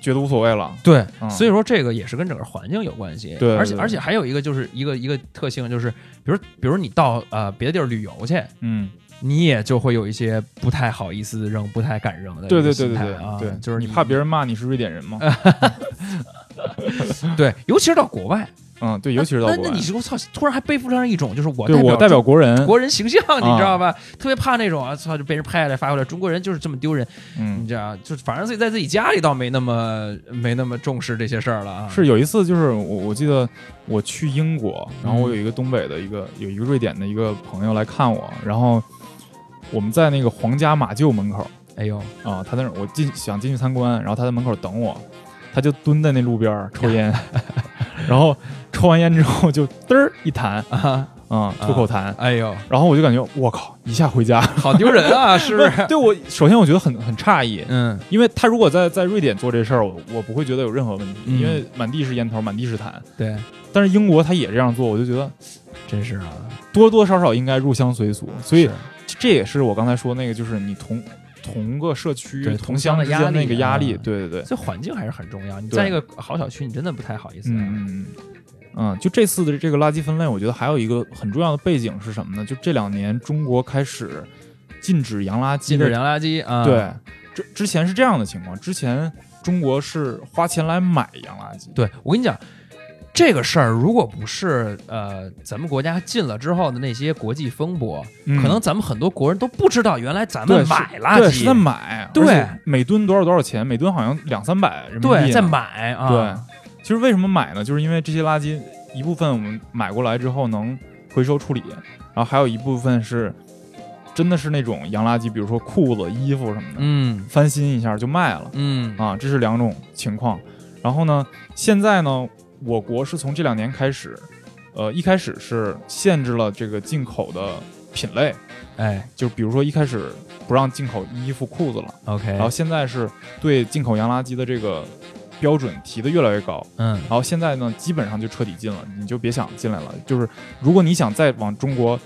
[SPEAKER 1] 觉得无所谓了。
[SPEAKER 2] 对，
[SPEAKER 1] 嗯
[SPEAKER 2] 所以说这个也是跟整个环境有关系。
[SPEAKER 1] 对
[SPEAKER 2] 而且
[SPEAKER 1] 对
[SPEAKER 2] 而且还有一个就是一个一个特性就是，比如比如你到呃别的地儿旅游去，
[SPEAKER 1] 嗯，
[SPEAKER 2] 你也就会有一些不太好意思扔、不太敢扔的
[SPEAKER 1] 对
[SPEAKER 2] 一
[SPEAKER 1] 对对
[SPEAKER 2] 个心
[SPEAKER 1] 对
[SPEAKER 2] 态
[SPEAKER 1] 对
[SPEAKER 2] 啊，
[SPEAKER 1] 对，
[SPEAKER 2] 就是
[SPEAKER 1] 你怕别人骂你是瑞典人吗？
[SPEAKER 2] 对，尤其是到国外，
[SPEAKER 1] 嗯，对，尤其是到
[SPEAKER 2] 那
[SPEAKER 1] 国
[SPEAKER 2] 那
[SPEAKER 1] 外
[SPEAKER 2] 你，是我操，突然还背负上一种就是我
[SPEAKER 1] 对我代表国人，
[SPEAKER 2] 国人形象，你
[SPEAKER 1] 啊
[SPEAKER 2] 知道吧？特别怕那种啊，操，就被人拍下来发过来。中国人就是这么丢人，你
[SPEAKER 1] 嗯，
[SPEAKER 2] 知道，就是反正自己在自己家里倒没那么没那么重视这些事儿了啊。
[SPEAKER 1] 是有一次就是我我记得我去英国，然后
[SPEAKER 2] 嗯
[SPEAKER 1] 我有一个东北的一个有一个瑞典的一个朋友来看我，然后我们在那个皇家马厩门口
[SPEAKER 2] 哎呦，
[SPEAKER 1] 啊，他在那儿我进想进去参观，然后他在门口等我，他就蹲在那路边儿抽烟， 然后抽完烟之后就嘚儿一弹
[SPEAKER 2] 啊，
[SPEAKER 1] 啊，吐口痰，
[SPEAKER 2] 哎呦，
[SPEAKER 1] 然后我就感觉我靠，一下回家，
[SPEAKER 2] 好丢人啊，是不 是？
[SPEAKER 1] 对我首先我觉得很很诧异，
[SPEAKER 2] 嗯
[SPEAKER 1] 因为他如果在在瑞典做这事儿，我我不会觉得有任何问题，
[SPEAKER 2] 嗯
[SPEAKER 1] 因为满地是烟头，满地是痰。，
[SPEAKER 2] 对，
[SPEAKER 1] 但是英国他也这样做，我就觉得
[SPEAKER 2] 真是啊，
[SPEAKER 1] 多多少少应该入乡随俗，所以
[SPEAKER 2] 是
[SPEAKER 1] 这也是我刚才说那个，就是你同同个社区、
[SPEAKER 2] 对
[SPEAKER 1] 同
[SPEAKER 2] 同乡
[SPEAKER 1] 乡
[SPEAKER 2] 的
[SPEAKER 1] 之间那个
[SPEAKER 2] 压
[SPEAKER 1] 压
[SPEAKER 2] 力
[SPEAKER 1] 力，
[SPEAKER 2] 啊
[SPEAKER 1] 对对对，
[SPEAKER 2] 所以环境还是很重要。你
[SPEAKER 1] 对
[SPEAKER 2] 在一个好小区，你真的不太好意思啊。
[SPEAKER 1] 嗯嗯嗯。嗯，就这次的这个垃圾分类，我觉得还有一个很重要的背景是什么呢？就这两年中国开始禁止洋垃圾
[SPEAKER 2] 禁
[SPEAKER 1] 的
[SPEAKER 2] 止洋垃圾啊，
[SPEAKER 1] 对，之之前是这样的情况，之前中国是花钱来买洋垃圾，
[SPEAKER 2] 对，我跟你讲。这个事儿如果不是呃咱们国家进了之后的那些国际风波，
[SPEAKER 1] 嗯
[SPEAKER 2] 可能咱们很多国人都不知道原来咱
[SPEAKER 1] 对
[SPEAKER 2] 们
[SPEAKER 1] 是
[SPEAKER 2] 买垃
[SPEAKER 1] 对是在
[SPEAKER 2] 圾，
[SPEAKER 1] 买，
[SPEAKER 2] 对，
[SPEAKER 1] 每吨多少多少钱，每吨好像两三百人民币呢，
[SPEAKER 2] 对，在买啊，
[SPEAKER 1] 对。其实为什么买呢？就是因为这些垃圾一部分我们买过来之后能回收处理，然后还有一部分是真的是那种洋垃圾，比如说裤子、衣服什么的，
[SPEAKER 2] 嗯
[SPEAKER 1] 翻新一下就卖了。
[SPEAKER 2] 嗯
[SPEAKER 1] 啊，这是两种情况。然后呢，现在呢，我国是从这两年开始，呃，一开始是限制了这个进口的品类，
[SPEAKER 2] 哎
[SPEAKER 1] 就比如说一开始不让进口衣服、裤子了，然后
[SPEAKER 2] ，OK，
[SPEAKER 1] 现在是对进口洋垃圾的这个标准提的越来越高，
[SPEAKER 2] 嗯
[SPEAKER 1] 然后现在呢，基本上就彻底禁了，你就别想进来了。就是如果你想再往中国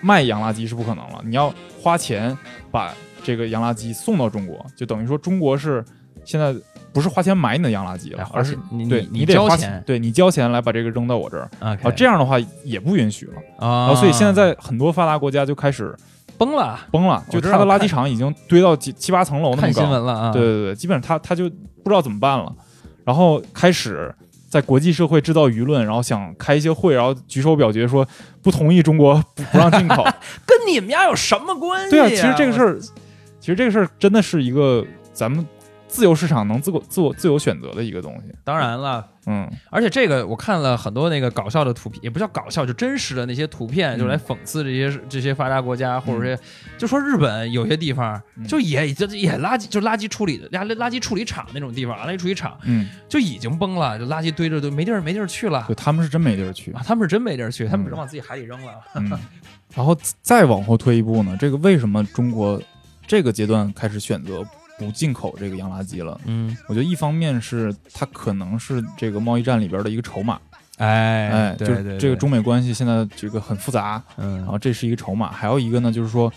[SPEAKER 1] 卖洋垃圾是不可能了，你要花钱把这个洋垃圾送到中国，就等于说中国是现在不是花钱买你的洋垃圾了，
[SPEAKER 2] 哎花
[SPEAKER 1] 而是
[SPEAKER 2] 钱你
[SPEAKER 1] 对
[SPEAKER 2] 你
[SPEAKER 1] 得
[SPEAKER 2] 交
[SPEAKER 1] 花
[SPEAKER 2] 钱哎
[SPEAKER 1] 对你交钱来把这个扔到我这儿
[SPEAKER 2] ，OK，
[SPEAKER 1] 啊，这样的话也不允许了。然
[SPEAKER 2] 啊，
[SPEAKER 1] 后所以现在在很多发达国家就开始
[SPEAKER 2] 崩了，
[SPEAKER 1] 崩了，就
[SPEAKER 2] 我知
[SPEAKER 1] 它的
[SPEAKER 2] 道
[SPEAKER 1] 垃圾
[SPEAKER 2] 看
[SPEAKER 1] 场已经堆到几七八层楼那
[SPEAKER 2] 看
[SPEAKER 1] 么
[SPEAKER 2] 新
[SPEAKER 1] 高。
[SPEAKER 2] 闻了啊，
[SPEAKER 1] 对对对，基本上他他就不知道怎么办了，然后开始在国际社会制造舆论，然后想开一些会，然后举手表决说不同意中国不不让进口。
[SPEAKER 2] 跟你们家有什么关系？
[SPEAKER 1] 对啊，其实这个事儿，其实这个事儿真的是一个咱们自由市场能自我自我自由选择的一个东西。
[SPEAKER 2] 当然了，
[SPEAKER 1] 嗯，
[SPEAKER 2] 而且这个我看了很多那个搞笑的图片，也不叫搞笑，就真实的那些图片，
[SPEAKER 1] 嗯
[SPEAKER 2] 就来讽刺这些这些发达国家或者这些，就说日本有些地方
[SPEAKER 1] 嗯
[SPEAKER 2] 就也就也垃圾就垃圾处理的垃垃圾处理厂那种地方，垃圾处理厂
[SPEAKER 1] 嗯，
[SPEAKER 2] 就已经崩了，就垃圾堆着都没地儿没地儿去了
[SPEAKER 1] 对，他们是真没地儿去
[SPEAKER 2] 啊。！他们是真没地儿去，他
[SPEAKER 1] 嗯
[SPEAKER 2] 们只能往自己海里扔了。
[SPEAKER 1] 嗯，然后再往后推一步呢，这个为什么中国这个阶段开始选择不进口这个洋垃圾了？
[SPEAKER 2] 嗯，
[SPEAKER 1] 我觉得一方面是它可能是这个贸易战里边的一个筹码，
[SPEAKER 2] 哎
[SPEAKER 1] 哎，
[SPEAKER 2] 对
[SPEAKER 1] 就是
[SPEAKER 2] 对
[SPEAKER 1] 这个中美关系现在这个很复杂，然
[SPEAKER 2] 嗯
[SPEAKER 1] 后这是一个筹码，还有一个呢，就是说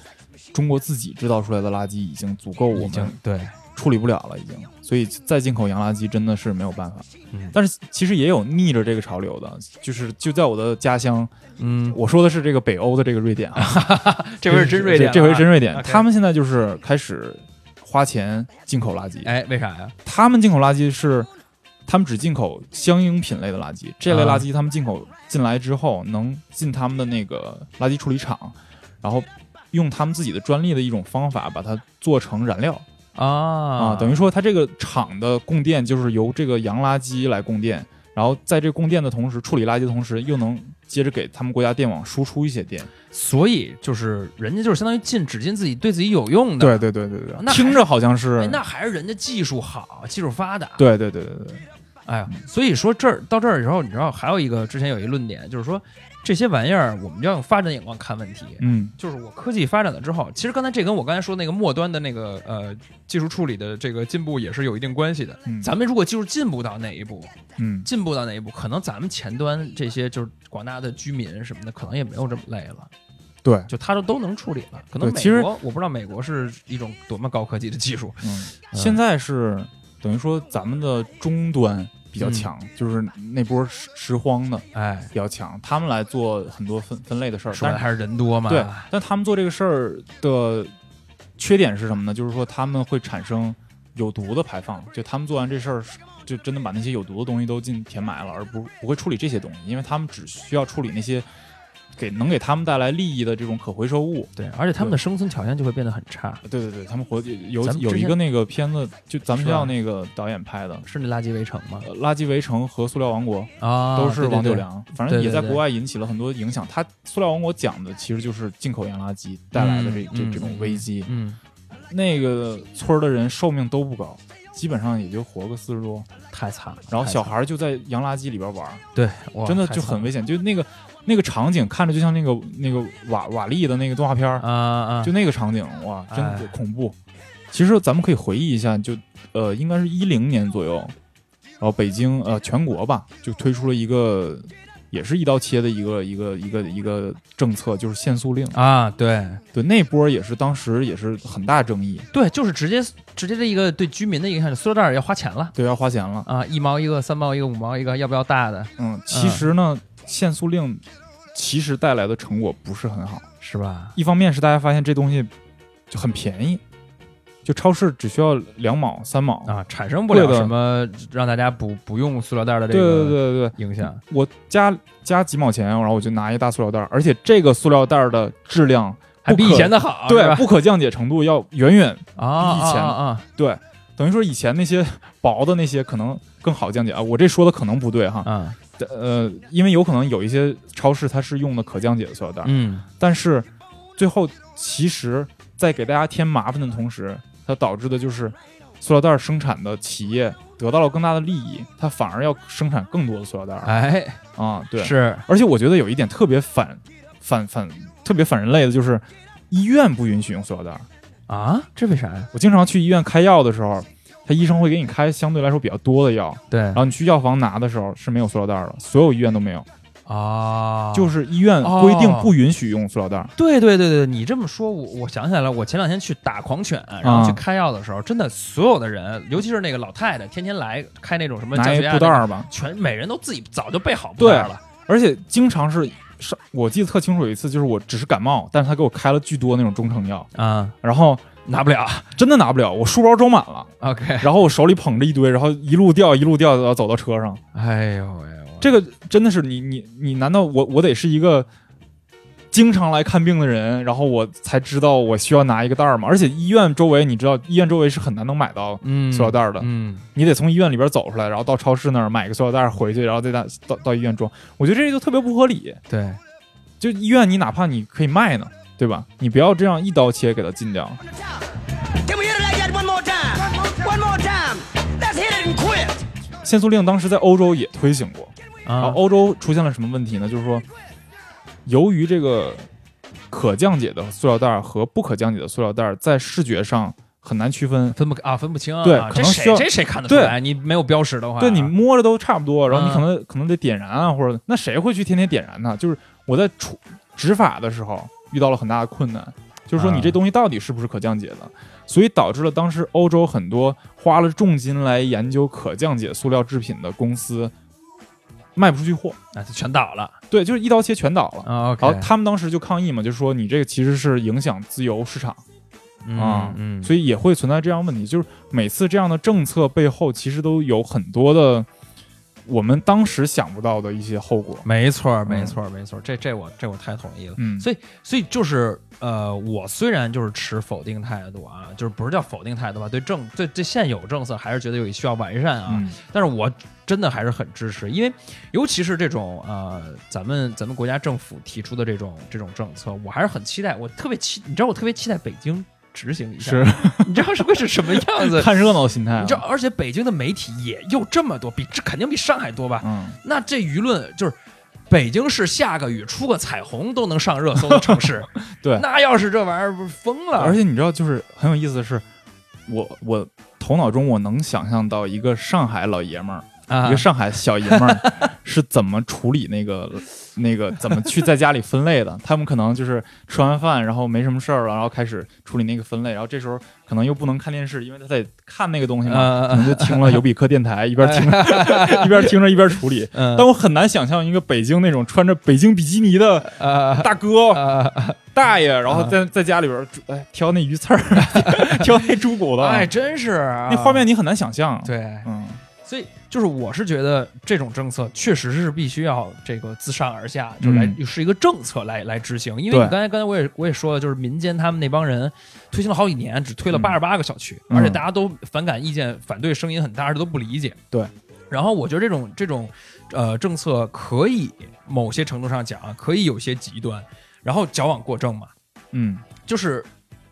[SPEAKER 1] 中国自己制造出来的垃圾已经足够我
[SPEAKER 2] 已经
[SPEAKER 1] 们
[SPEAKER 2] 对
[SPEAKER 1] 处理不了了，已经，所以再进口洋垃圾真的是没有办法。
[SPEAKER 2] 嗯
[SPEAKER 1] 但是其实也有逆着这个潮流的，就是就在我的家乡，
[SPEAKER 2] 嗯，
[SPEAKER 1] 我说的是这个北欧的这个瑞典啊，
[SPEAKER 2] 这回是真瑞典了啊，
[SPEAKER 1] 这回是真瑞典，
[SPEAKER 2] OK
[SPEAKER 1] 他们现在就是开始花钱进口垃圾，
[SPEAKER 2] 哎，为啥呀？
[SPEAKER 1] 他们进口垃圾是，他们只进口相应品类的垃圾，这类
[SPEAKER 2] 啊
[SPEAKER 1] 垃圾他们进口进来之后，能进他们的那个垃圾处理厂，然后用他们自己的专利的一种方法把它做成燃料
[SPEAKER 2] 啊
[SPEAKER 1] 啊，等于说它这个厂的供电就是由这个洋垃圾来供电，然后在这供电的同时，处理垃圾的同时，又能接着给他们国家电网输出一些电。
[SPEAKER 2] 所以就是人家就是相当于进只进自己对自己有用的，
[SPEAKER 1] 对对对对
[SPEAKER 2] 那还
[SPEAKER 1] 听着好像
[SPEAKER 2] 哎
[SPEAKER 1] 是，
[SPEAKER 2] 那还是人家技术好，技术发达。，
[SPEAKER 1] 对对对对对，
[SPEAKER 2] 哎呀，所以说这儿到这儿以后，你知道还有一个之前有一论点，就是说这些玩意儿我们要用发展眼光看问题。
[SPEAKER 1] 嗯
[SPEAKER 2] 就是我科技发展了之后，其实刚才这跟我刚才说那个末端的那个呃技术处理的这个进步也是有一定关系的。
[SPEAKER 1] 嗯
[SPEAKER 2] 咱们如果技术进步到哪一步，
[SPEAKER 1] 嗯
[SPEAKER 2] 进步到哪一步，可能咱们前端这些就是广大的居民什么的，可能也没有这么累了。
[SPEAKER 1] 对
[SPEAKER 2] 就他都都能处理了。可能
[SPEAKER 1] 对
[SPEAKER 2] 美
[SPEAKER 1] 其实
[SPEAKER 2] 国我不知道美国是一种多么高科技的技术，
[SPEAKER 1] 嗯，现在是等于说咱们的终端比较
[SPEAKER 2] 嗯
[SPEAKER 1] 强，就是那波拾拾荒的
[SPEAKER 2] 哎，
[SPEAKER 1] 比较强，他们来做很多分分类的事儿。
[SPEAKER 2] 说
[SPEAKER 1] 但
[SPEAKER 2] 白了
[SPEAKER 1] 是
[SPEAKER 2] 还是人多嘛。
[SPEAKER 1] 对，但他们做这个事儿的缺点是什么呢？就是说他们会产生有毒的排放，就他们做完这事儿，就真的把那些有毒的东西都进填埋了，而不不会处理这些东西，因为他们只需要处理那些给能给他们带来利益的这种可回收物。呃
[SPEAKER 2] 对，而且他们的生存条件就会变得很差，
[SPEAKER 1] 对对对，他们活有
[SPEAKER 2] 咱们之
[SPEAKER 1] 有一
[SPEAKER 2] 前
[SPEAKER 1] 个那个片子，就咱们
[SPEAKER 2] 是
[SPEAKER 1] 学
[SPEAKER 2] 吧
[SPEAKER 1] 校那个导演拍的，
[SPEAKER 2] 是那垃圾围城吗？
[SPEAKER 1] 呃《垃圾围城》和《塑料王国》
[SPEAKER 2] 啊，
[SPEAKER 1] 都是
[SPEAKER 2] 对对
[SPEAKER 1] 王九
[SPEAKER 2] 对
[SPEAKER 1] 良，反正也在
[SPEAKER 2] 对对对
[SPEAKER 1] 国外引起了很多影响。他《塑料王国》讲的其实就是进口洋垃圾带来的这、
[SPEAKER 2] 嗯嗯
[SPEAKER 1] 这这种危机。
[SPEAKER 2] 嗯，
[SPEAKER 1] 那个村儿的人寿命都不高，基本上也就活个四十多，
[SPEAKER 2] 太惨了。
[SPEAKER 1] 然后
[SPEAKER 2] 太
[SPEAKER 1] 小
[SPEAKER 2] 惨
[SPEAKER 1] 孩儿就在洋垃圾里边玩儿，
[SPEAKER 2] 了对，哇
[SPEAKER 1] 真的
[SPEAKER 2] 太
[SPEAKER 1] 就
[SPEAKER 2] 惨
[SPEAKER 1] 很危险。就那个那个场景看着就像那个那个瓦瓦砾的那个动画片儿
[SPEAKER 2] 了啊啊，
[SPEAKER 1] 就那个场景，哇，真
[SPEAKER 2] 哎
[SPEAKER 1] 的恐怖。其实咱们可以回忆一下，就呃，应该是一零年左右，然后北京呃全国吧，就推出了一个也是一刀切的一个一个一个一个政策，就是限塑令。
[SPEAKER 2] 啊，对
[SPEAKER 1] 对，那波儿也是当时也是很大争议，
[SPEAKER 2] 对，就是直接直接的一个对居民的影响，塑料袋儿要花钱了
[SPEAKER 1] 对，要花钱了。
[SPEAKER 2] 啊，一毛一个，三毛一个，五毛一个，要不要大的？
[SPEAKER 1] 嗯，其实呢，限塑令其实带来的成果不是很好。
[SPEAKER 2] 是吧？
[SPEAKER 1] 一方面是大家发现这东西就很便宜，就超市只需要两毛三毛。
[SPEAKER 2] 啊，产生不
[SPEAKER 1] 对
[SPEAKER 2] 了
[SPEAKER 1] 的
[SPEAKER 2] 什么让大家不不用塑料袋儿的这
[SPEAKER 1] 对对
[SPEAKER 2] 个
[SPEAKER 1] 对对，
[SPEAKER 2] 影响
[SPEAKER 1] 我加加几毛钱，然后我就拿一大塑料袋儿，而且这个塑料袋儿的质量
[SPEAKER 2] 还比
[SPEAKER 1] 不可
[SPEAKER 2] 以前的好，啊是
[SPEAKER 1] 对
[SPEAKER 2] 吧
[SPEAKER 1] 不可降解程度要远远
[SPEAKER 2] 啊，
[SPEAKER 1] 比以前
[SPEAKER 2] 啊啊啊
[SPEAKER 1] 对，等于说以前那些薄的那些可能更好降解啊。我这说的可能不对哈，
[SPEAKER 2] 啊，
[SPEAKER 1] 呃，因为有可能有一些超市它是用的可降解的塑料袋儿，
[SPEAKER 2] 嗯，
[SPEAKER 1] 但是最后其实，在给大家添麻烦的同时，它导致的就是塑料袋儿生产的企业得到了更大的利益，它反而要生产更多的塑料袋儿
[SPEAKER 2] 哎，
[SPEAKER 1] 啊、对，
[SPEAKER 2] 是
[SPEAKER 1] 而且我觉得有一点特别反反反特别反人类的，就是医院不允许用塑料袋儿。
[SPEAKER 2] 啊，这为啥呀？
[SPEAKER 1] 我经常去医院开药的时候，他医生会给你开相对来说比较多的药，
[SPEAKER 2] 对
[SPEAKER 1] 然后你去药房拿的时候是没有塑料袋儿的，所有医院都没有，
[SPEAKER 2] 哦啊，
[SPEAKER 1] 就是医院规定
[SPEAKER 2] 哦
[SPEAKER 1] 不允许用塑料袋儿。
[SPEAKER 2] 对对对对，你这么说，我我想起来了，我前两天去打狂犬，然
[SPEAKER 1] 啊
[SPEAKER 2] 后去开药的时候，真的所有的人，尤其是那个老太太，天天来开那种什么
[SPEAKER 1] 拿
[SPEAKER 2] 降
[SPEAKER 1] 一
[SPEAKER 2] 血压
[SPEAKER 1] 布
[SPEAKER 2] 的
[SPEAKER 1] 袋，儿吧，
[SPEAKER 2] 全每人都自己早就备好布袋儿了。
[SPEAKER 1] 而且经常是上，我记得特清楚，有一次就是我只是感冒，但是他给我开了巨多那种中成药，
[SPEAKER 2] 啊，
[SPEAKER 1] 然后
[SPEAKER 2] 拿不了。
[SPEAKER 1] 真的拿不了，我书包装满了，
[SPEAKER 2] OK，
[SPEAKER 1] 然后我手里捧着一堆，然后一路掉一路掉，然后走到车上。
[SPEAKER 2] 哎呦喂、哎呦，
[SPEAKER 1] 这个真的是你你你难道我我得是一个经常来看病的人，然后我才知道我需要拿一个袋儿吗？而且医院周围你知道，医院周围是很难能买到
[SPEAKER 2] 嗯，
[SPEAKER 1] 塑料袋儿的，
[SPEAKER 2] 嗯，
[SPEAKER 1] 你得从医院里边走出来，然后到超市那儿买一个塑料袋儿回去，然后再到到到医院装。我觉得这就特别不合理。
[SPEAKER 2] 对，
[SPEAKER 1] 就医院你哪怕你可以卖呢，对吧？你不要这样一刀切给它禁掉。
[SPEAKER 5] Can we hit it like that one more time? One more time. Let's hit it and quit.
[SPEAKER 1] 限塑令当时在欧洲也推行过，然后
[SPEAKER 2] 啊，
[SPEAKER 1] 欧洲出现了什么问题呢？就是说，由于这个可降解的塑料袋儿和不可降解的塑料袋儿在视觉上很难区分，
[SPEAKER 2] 分不啊，分不清啊，
[SPEAKER 1] 对
[SPEAKER 2] 啊
[SPEAKER 1] 可
[SPEAKER 2] 这
[SPEAKER 1] 能需
[SPEAKER 2] 谁
[SPEAKER 1] 要
[SPEAKER 2] 这谁看得出来？你没有标识的话，
[SPEAKER 1] 对你摸着都差不多，然后你
[SPEAKER 2] 嗯
[SPEAKER 1] 可能、可能得点燃啊，或者那谁会去天天点燃呢？就是我在处执法的时候遇到了很大的困难，就是说
[SPEAKER 2] 啊
[SPEAKER 1] 你这东西到底是不是可降解的，所以导致了当时欧洲很多花了重金来研究可降解塑料制品的公司卖不出去货，
[SPEAKER 2] 啊，就全倒了。
[SPEAKER 1] 对，就是一刀切全倒了。
[SPEAKER 2] 啊，OK，
[SPEAKER 1] 然后他们当时就抗议嘛，就说你这个其实是影响自由市场，
[SPEAKER 2] 嗯
[SPEAKER 1] 啊
[SPEAKER 2] 嗯，
[SPEAKER 1] 所以也会存在这样问题。就是每次这样的政策背后，其实都有很多的我们当时想不到的一些后果。
[SPEAKER 2] 没错儿，没错儿，没错儿，这这我这我太同意了。
[SPEAKER 1] 嗯
[SPEAKER 2] 所以所以就是呃，我虽然就是持否定态度啊，就是不是叫否定态度吧，对政对对现有政策还是觉得有需要完善啊，
[SPEAKER 1] 嗯，
[SPEAKER 2] 但是我真的还是很支持，因为尤其是这种呃，咱们咱们国家政府提出的这种这种政策，我还是很期待，我特别期，你知道我特别期待北京执行一下，
[SPEAKER 1] 是
[SPEAKER 2] 你知道是会是什么样 子？
[SPEAKER 1] 看热闹的心态、啊。
[SPEAKER 2] 你知道，而且北京的媒体也有这么多，比这肯定比上海多吧？
[SPEAKER 1] 嗯，，
[SPEAKER 2] 那这舆论就是。北京市下个雨出个彩虹都能上热搜的城市
[SPEAKER 1] 对
[SPEAKER 2] 那要是这玩意儿不是疯了？
[SPEAKER 1] 而且你知道，就是很有意思的是，我我头脑中我能想象到一个上海老爷们儿，
[SPEAKER 2] 啊
[SPEAKER 1] 一个，上海小爷们 儿是怎么处理那个那个怎么去在家里分类的？他们可能就是吃完饭，然后没什么事儿了，然后开始处理那个分类，然后这时候可能又不能看电视，因为他得看那个东西嘛，
[SPEAKER 2] 嗯嗯嗯
[SPEAKER 1] 可能就听了有比克电台，一边听 着一边听着一边处理。
[SPEAKER 2] 嗯
[SPEAKER 1] 但我很难想象一个北京那种穿着北京比基尼的
[SPEAKER 2] 呃
[SPEAKER 1] 大哥
[SPEAKER 2] 呃，
[SPEAKER 1] 大爷，然后在在家里边儿哎挑那鱼刺儿， 挑那猪骨头，
[SPEAKER 2] 哎，真是啊
[SPEAKER 1] 那画面你很难想象。，
[SPEAKER 2] 对，
[SPEAKER 1] 嗯，
[SPEAKER 2] 所以就是我是觉得这种政策确实是必须要这个自上而下，就来、是一个政策来来执行。因为
[SPEAKER 1] 嗯对
[SPEAKER 2] 你刚才刚才我也我也说了，就是民间他们那帮人推行了好几年，只推了
[SPEAKER 1] 嗯
[SPEAKER 2] 八十八个小区，
[SPEAKER 1] 嗯
[SPEAKER 2] 而且大家都反感意见、反对声音很大，而且都不理解。
[SPEAKER 1] 对。
[SPEAKER 2] 然后我觉得这种这种呃政策可以某些程度上讲啊，可以有些极端，然后矫枉过正嘛，
[SPEAKER 1] 嗯
[SPEAKER 2] 就是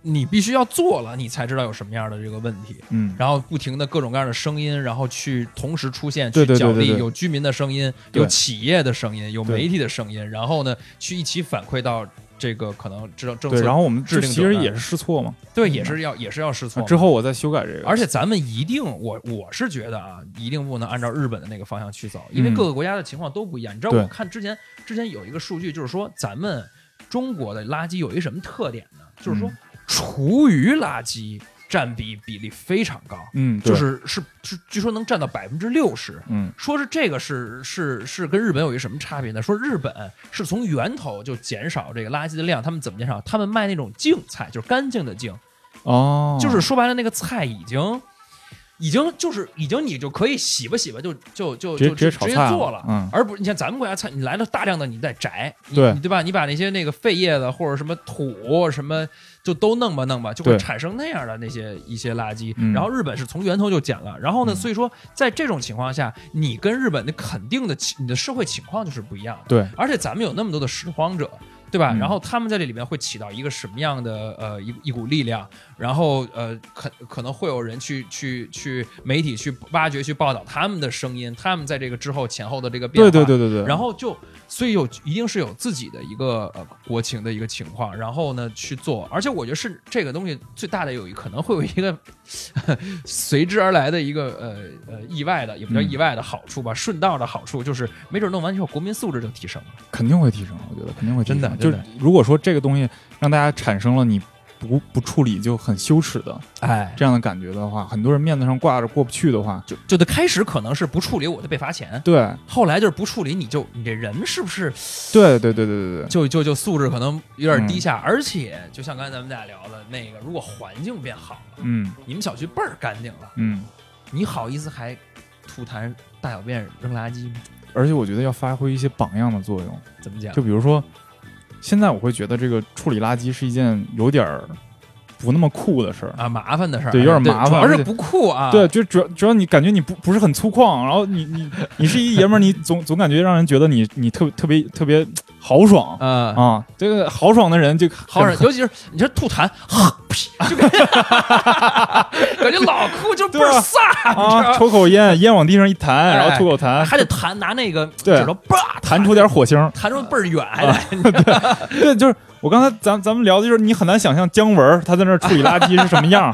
[SPEAKER 2] 你必须要做了，你才知道有什么样的这个问题。
[SPEAKER 1] 嗯，
[SPEAKER 2] 然后不停的各种各样的声音，然后去同时出现，
[SPEAKER 1] 对
[SPEAKER 2] 去
[SPEAKER 1] 对对
[SPEAKER 2] 角
[SPEAKER 1] 对
[SPEAKER 2] 力，
[SPEAKER 1] 对
[SPEAKER 2] 有居民的声音，
[SPEAKER 1] 对
[SPEAKER 2] 有企业的声音，有
[SPEAKER 1] 对
[SPEAKER 2] 媒体的声音，然后呢，去一起反馈到这个可能知道政策，
[SPEAKER 1] 对，然后我们
[SPEAKER 2] 制
[SPEAKER 1] 这
[SPEAKER 2] 定
[SPEAKER 1] 其
[SPEAKER 2] 者
[SPEAKER 1] 实
[SPEAKER 2] 呢
[SPEAKER 1] 也是试错嘛，
[SPEAKER 2] 对也是要也是要试错嘛
[SPEAKER 1] 啊之。后我再修改这个，
[SPEAKER 2] 而且咱们一定，我我是觉得啊，一定不能按照日本的那个方向去走，因为
[SPEAKER 1] 嗯
[SPEAKER 2] 各个国家的情况都不一样。你知道，
[SPEAKER 1] 对
[SPEAKER 2] 我看之前之前有一个数据，就是说咱们中国的垃圾有一个什么特点呢？就是说
[SPEAKER 1] 嗯
[SPEAKER 2] 厨余垃圾占比比例非常高，
[SPEAKER 1] 嗯，对
[SPEAKER 2] 就是是是，据说能占到百分之六十。
[SPEAKER 1] 嗯
[SPEAKER 2] 说是这个是是是跟日本有一什么差别呢？说日本是从源头就减少这个垃圾的量，他们怎么减少？他们卖那种净菜，就是干净的净，
[SPEAKER 1] 哦，
[SPEAKER 2] 就是说白了那个菜已经已经就是已经你就可以洗吧洗吧就就就
[SPEAKER 1] 直接直
[SPEAKER 2] 就
[SPEAKER 1] 接
[SPEAKER 2] 直
[SPEAKER 1] 炒
[SPEAKER 2] 接
[SPEAKER 1] 菜了
[SPEAKER 2] 做了，
[SPEAKER 1] 嗯
[SPEAKER 2] 而不是你像咱们国家菜，你来了大量的你再摘，你
[SPEAKER 1] 对
[SPEAKER 2] 你对吧？你把那些那个废叶子或者什么土什么就都弄吧弄吧，就会
[SPEAKER 1] 对
[SPEAKER 2] 产生那样的那些一些垃圾。
[SPEAKER 1] 嗯
[SPEAKER 2] 然后日本是从源头就减了，然后呢，所以说在这种情况下，你跟日本的肯定的情你的社会情况就是不一样的。
[SPEAKER 1] 对，
[SPEAKER 2] 而且咱们有那么多的拾荒者，对吧？
[SPEAKER 1] 嗯
[SPEAKER 2] 然后他们在这里面会起到一个什么样的呃一一股力量？然后呃，可可能会有人去去去媒体去挖掘、去报道他们的声音，他们在这个之后前后的这个变化。
[SPEAKER 1] 对对对对对，
[SPEAKER 2] 然
[SPEAKER 1] 后
[SPEAKER 2] 后就，所以有一定是有自己的一个呃国情的一个情况，然后呢去做，而且我觉得是这个东西最大的有一可能会有一个随之而来的一个呃呃意外的，也不叫
[SPEAKER 1] 嗯
[SPEAKER 2] 意外的好处吧，顺道的好处就是没准弄完之后国民素质就提升了。
[SPEAKER 1] 肯定会提升，我觉得肯定会提
[SPEAKER 2] 真
[SPEAKER 1] 升，
[SPEAKER 2] 的
[SPEAKER 1] 就
[SPEAKER 2] 真的
[SPEAKER 1] 是如果说这个东西让大家产生了你不不处理就很羞耻的
[SPEAKER 2] 哎，
[SPEAKER 1] 这样的感觉的话，很多人面子上挂着过不去的话，
[SPEAKER 2] 就就得开始可能是不处理我就被罚钱，
[SPEAKER 1] 对
[SPEAKER 2] 后来就是不处理你就你这人是不是
[SPEAKER 1] 对对对对对对，
[SPEAKER 2] 就就就素质可能有点低
[SPEAKER 1] 嗯
[SPEAKER 2] 下，而且就像刚才咱们俩聊的那个，如果环境变好了，
[SPEAKER 1] 嗯
[SPEAKER 2] 你们小区倍儿干净了。
[SPEAKER 1] 嗯，
[SPEAKER 2] 你好意思还吐痰、大小便、扔垃圾吗？
[SPEAKER 1] 而且我觉得要发挥一些榜样的作用，
[SPEAKER 2] 怎么讲？
[SPEAKER 1] 就比如说，现在我会觉得这个处理垃圾是一件有点儿不那么酷的事儿。
[SPEAKER 2] 啊，麻烦的事儿，
[SPEAKER 1] 对有点麻烦
[SPEAKER 2] 主要
[SPEAKER 1] 而
[SPEAKER 2] 是
[SPEAKER 1] 且
[SPEAKER 2] 不酷啊。
[SPEAKER 1] 对，，就主要主要你感觉你不不是很粗犷，然后你你你是一爷们儿，你总总感觉让人觉得你你特别特别特别豪爽
[SPEAKER 2] 呃，
[SPEAKER 1] 啊，这个豪爽的人就
[SPEAKER 2] 好
[SPEAKER 1] 很
[SPEAKER 2] 使，尤其是你这吐痰，哈，屁 就感觉感觉老酷，就倍
[SPEAKER 1] 对
[SPEAKER 2] 儿
[SPEAKER 1] 啊
[SPEAKER 2] 飒，你知
[SPEAKER 1] 啊，
[SPEAKER 2] 道吗？
[SPEAKER 1] 抽口烟，烟往地上一弹，然后吐口痰，
[SPEAKER 2] 还得弹，拿那个
[SPEAKER 1] 对
[SPEAKER 2] 指头叭
[SPEAKER 1] 弹出点火星儿。
[SPEAKER 2] 弹出倍儿远，还得
[SPEAKER 1] 对，就是我刚才咱咱们聊的就是你很难想象姜文儿他在那儿处理垃圾是什么样儿，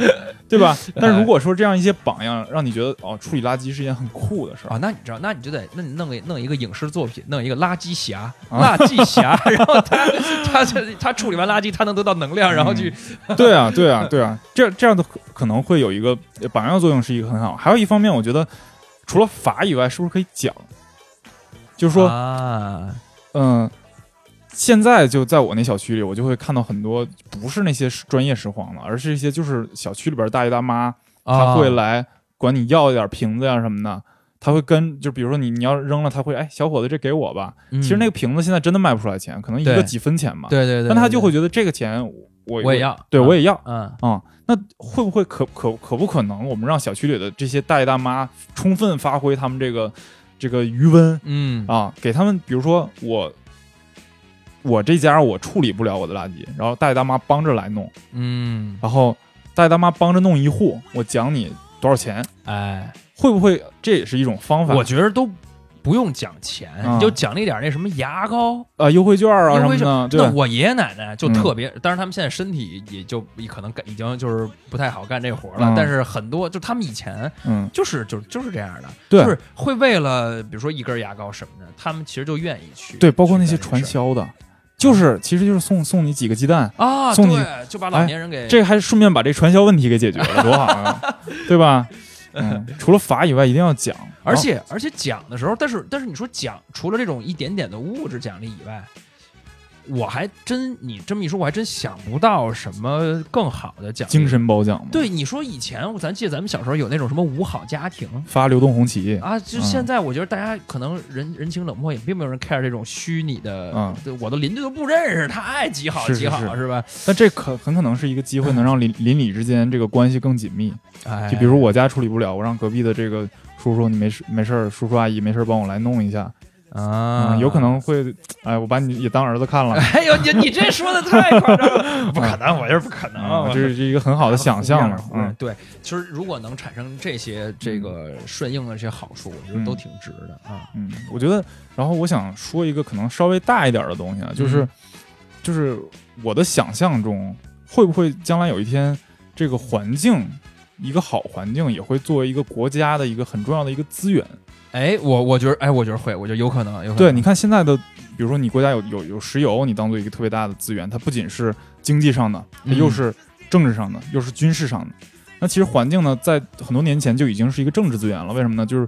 [SPEAKER 1] 对吧？但是如果说这样一些榜样，让你觉得哦，处理垃圾是一件很酷的事儿
[SPEAKER 2] 啊，，那你知道，那你就得，那你弄个弄一个影视作品，弄一个垃圾侠，
[SPEAKER 1] 啊
[SPEAKER 2] 垃圾侠，然后他他他他处理完垃圾，他能得到能量，然后去
[SPEAKER 1] 对啊，对啊，对啊，这这样的可可能会有一个呃榜样作用，是一个很好。还有一方面，我觉得除了罚以外，是不是可以奖？就是说，
[SPEAKER 2] 啊，
[SPEAKER 1] 嗯、现在就在我那小区里，我就会看到很多不是那些是专业拾荒的，而是一些就是小区里边大爷大妈，他会
[SPEAKER 2] 啊
[SPEAKER 1] 来管你要一点瓶子呀、什么的。他会跟，就比如说你你要扔了，他会哎小伙子这给我吧。
[SPEAKER 2] 嗯
[SPEAKER 1] 其实那个瓶子现在真的卖不出来钱，可能一
[SPEAKER 2] 对
[SPEAKER 1] 个几分钱吧。
[SPEAKER 2] 对对对，
[SPEAKER 1] 但他
[SPEAKER 2] 对
[SPEAKER 1] 就
[SPEAKER 2] 对
[SPEAKER 1] 会觉得这个钱我我
[SPEAKER 2] 我也要，
[SPEAKER 1] 对
[SPEAKER 2] 啊
[SPEAKER 1] 我也要。
[SPEAKER 2] 嗯，
[SPEAKER 1] 啊、那会不会可可可不可能，我们让小区里的这些大爷大妈充分发挥他们这个这个余温
[SPEAKER 2] 嗯
[SPEAKER 1] 啊，给他们，比如说我我这家我处理不了我的垃圾，然后大爷大妈帮着来弄，
[SPEAKER 2] 嗯，
[SPEAKER 1] 然后大爷大妈帮着弄一户，我奖你多少钱，
[SPEAKER 2] 哎，
[SPEAKER 1] 会不会这也是一种方法？
[SPEAKER 2] 我觉得都不用讲钱，
[SPEAKER 1] 嗯
[SPEAKER 2] 你就奖励点那什么牙膏。
[SPEAKER 1] 啊、优惠券啊
[SPEAKER 2] 因
[SPEAKER 1] 什么
[SPEAKER 2] 为
[SPEAKER 1] 的，
[SPEAKER 2] 那
[SPEAKER 1] 对，
[SPEAKER 2] 我爷爷奶奶就
[SPEAKER 1] 嗯
[SPEAKER 2] 特别，当然他们现在身体也就可能干已经就是不太好干这活了，
[SPEAKER 1] 嗯
[SPEAKER 2] 但是很多就他们以前
[SPEAKER 1] 嗯，
[SPEAKER 2] 就是就就是这样的，
[SPEAKER 1] 对
[SPEAKER 2] 就是会为了比如说一根牙膏什么的，他们其实就愿意去
[SPEAKER 1] 对，包括那些
[SPEAKER 2] 去干这
[SPEAKER 1] 传
[SPEAKER 2] 事儿
[SPEAKER 1] 销的，就是其实就是送送你几个鸡蛋，
[SPEAKER 2] 啊，
[SPEAKER 1] 送你
[SPEAKER 2] 对，就把老
[SPEAKER 1] 哎
[SPEAKER 2] 年人给
[SPEAKER 1] 这还顺便把这传销问题给解决了，多好 啊，对吧？嗯，除了罚以外，一定要讲，
[SPEAKER 2] 而且而且讲的时候，但是但是你说讲，除了这种一点点的物质奖励以外，我还真你这么一说，我还真想不到什么更好的奖励
[SPEAKER 1] 精。神褒奖嘛，，
[SPEAKER 2] 对你说，以前咱记得咱们小时候有那种什么五好家庭
[SPEAKER 1] 发流动红旗，
[SPEAKER 2] 啊，就
[SPEAKER 1] 嗯
[SPEAKER 2] 现在我觉得大家可能人人情冷漠，也并没有人 care 这种虚拟的
[SPEAKER 1] 嗯，
[SPEAKER 2] 对我的邻居都不认识，他爱几好
[SPEAKER 1] 是是
[SPEAKER 2] 几好
[SPEAKER 1] 是
[SPEAKER 2] 是吧？
[SPEAKER 1] 但这可很可能是一个机会，能让邻邻里之间这个关系更紧密。
[SPEAKER 2] 哎，
[SPEAKER 1] 就比如我家处理不了，我让隔壁的这个叔叔，你没事没事儿，叔叔阿姨没事儿帮我来弄一下，
[SPEAKER 2] 啊
[SPEAKER 1] 嗯，，有可。能会，哎，我把你也当儿子看了，
[SPEAKER 2] 哎呦，你你这说的太夸张 了，不可能，我就是不可能，
[SPEAKER 1] 啊
[SPEAKER 2] 我
[SPEAKER 1] 这嗯是一个很好的想象嘛，嗯，
[SPEAKER 2] 对，其实如果能产生这些这个顺应的这些好处，我觉得都挺值的啊。
[SPEAKER 1] 嗯，我觉得，然后我想说一个可能稍微大一点的东西啊，就是
[SPEAKER 2] 嗯，
[SPEAKER 1] 就是我的想象中，会不会将来有一天，这个环境，一个好环境也会作为一个国家的一个很重要的一个资源。
[SPEAKER 2] 哎，我我觉得，哎，我觉得会，我觉得有可能，有可能。
[SPEAKER 1] 对，你看现在的，比如说你国家有有有石油，你当做一个特别大的资源，它不仅是经济上的，它
[SPEAKER 2] 嗯
[SPEAKER 1] 又是政治上的，又是军事上的。那其实环境呢，在很多年前就已经是一个政治资源了。为什么呢？就是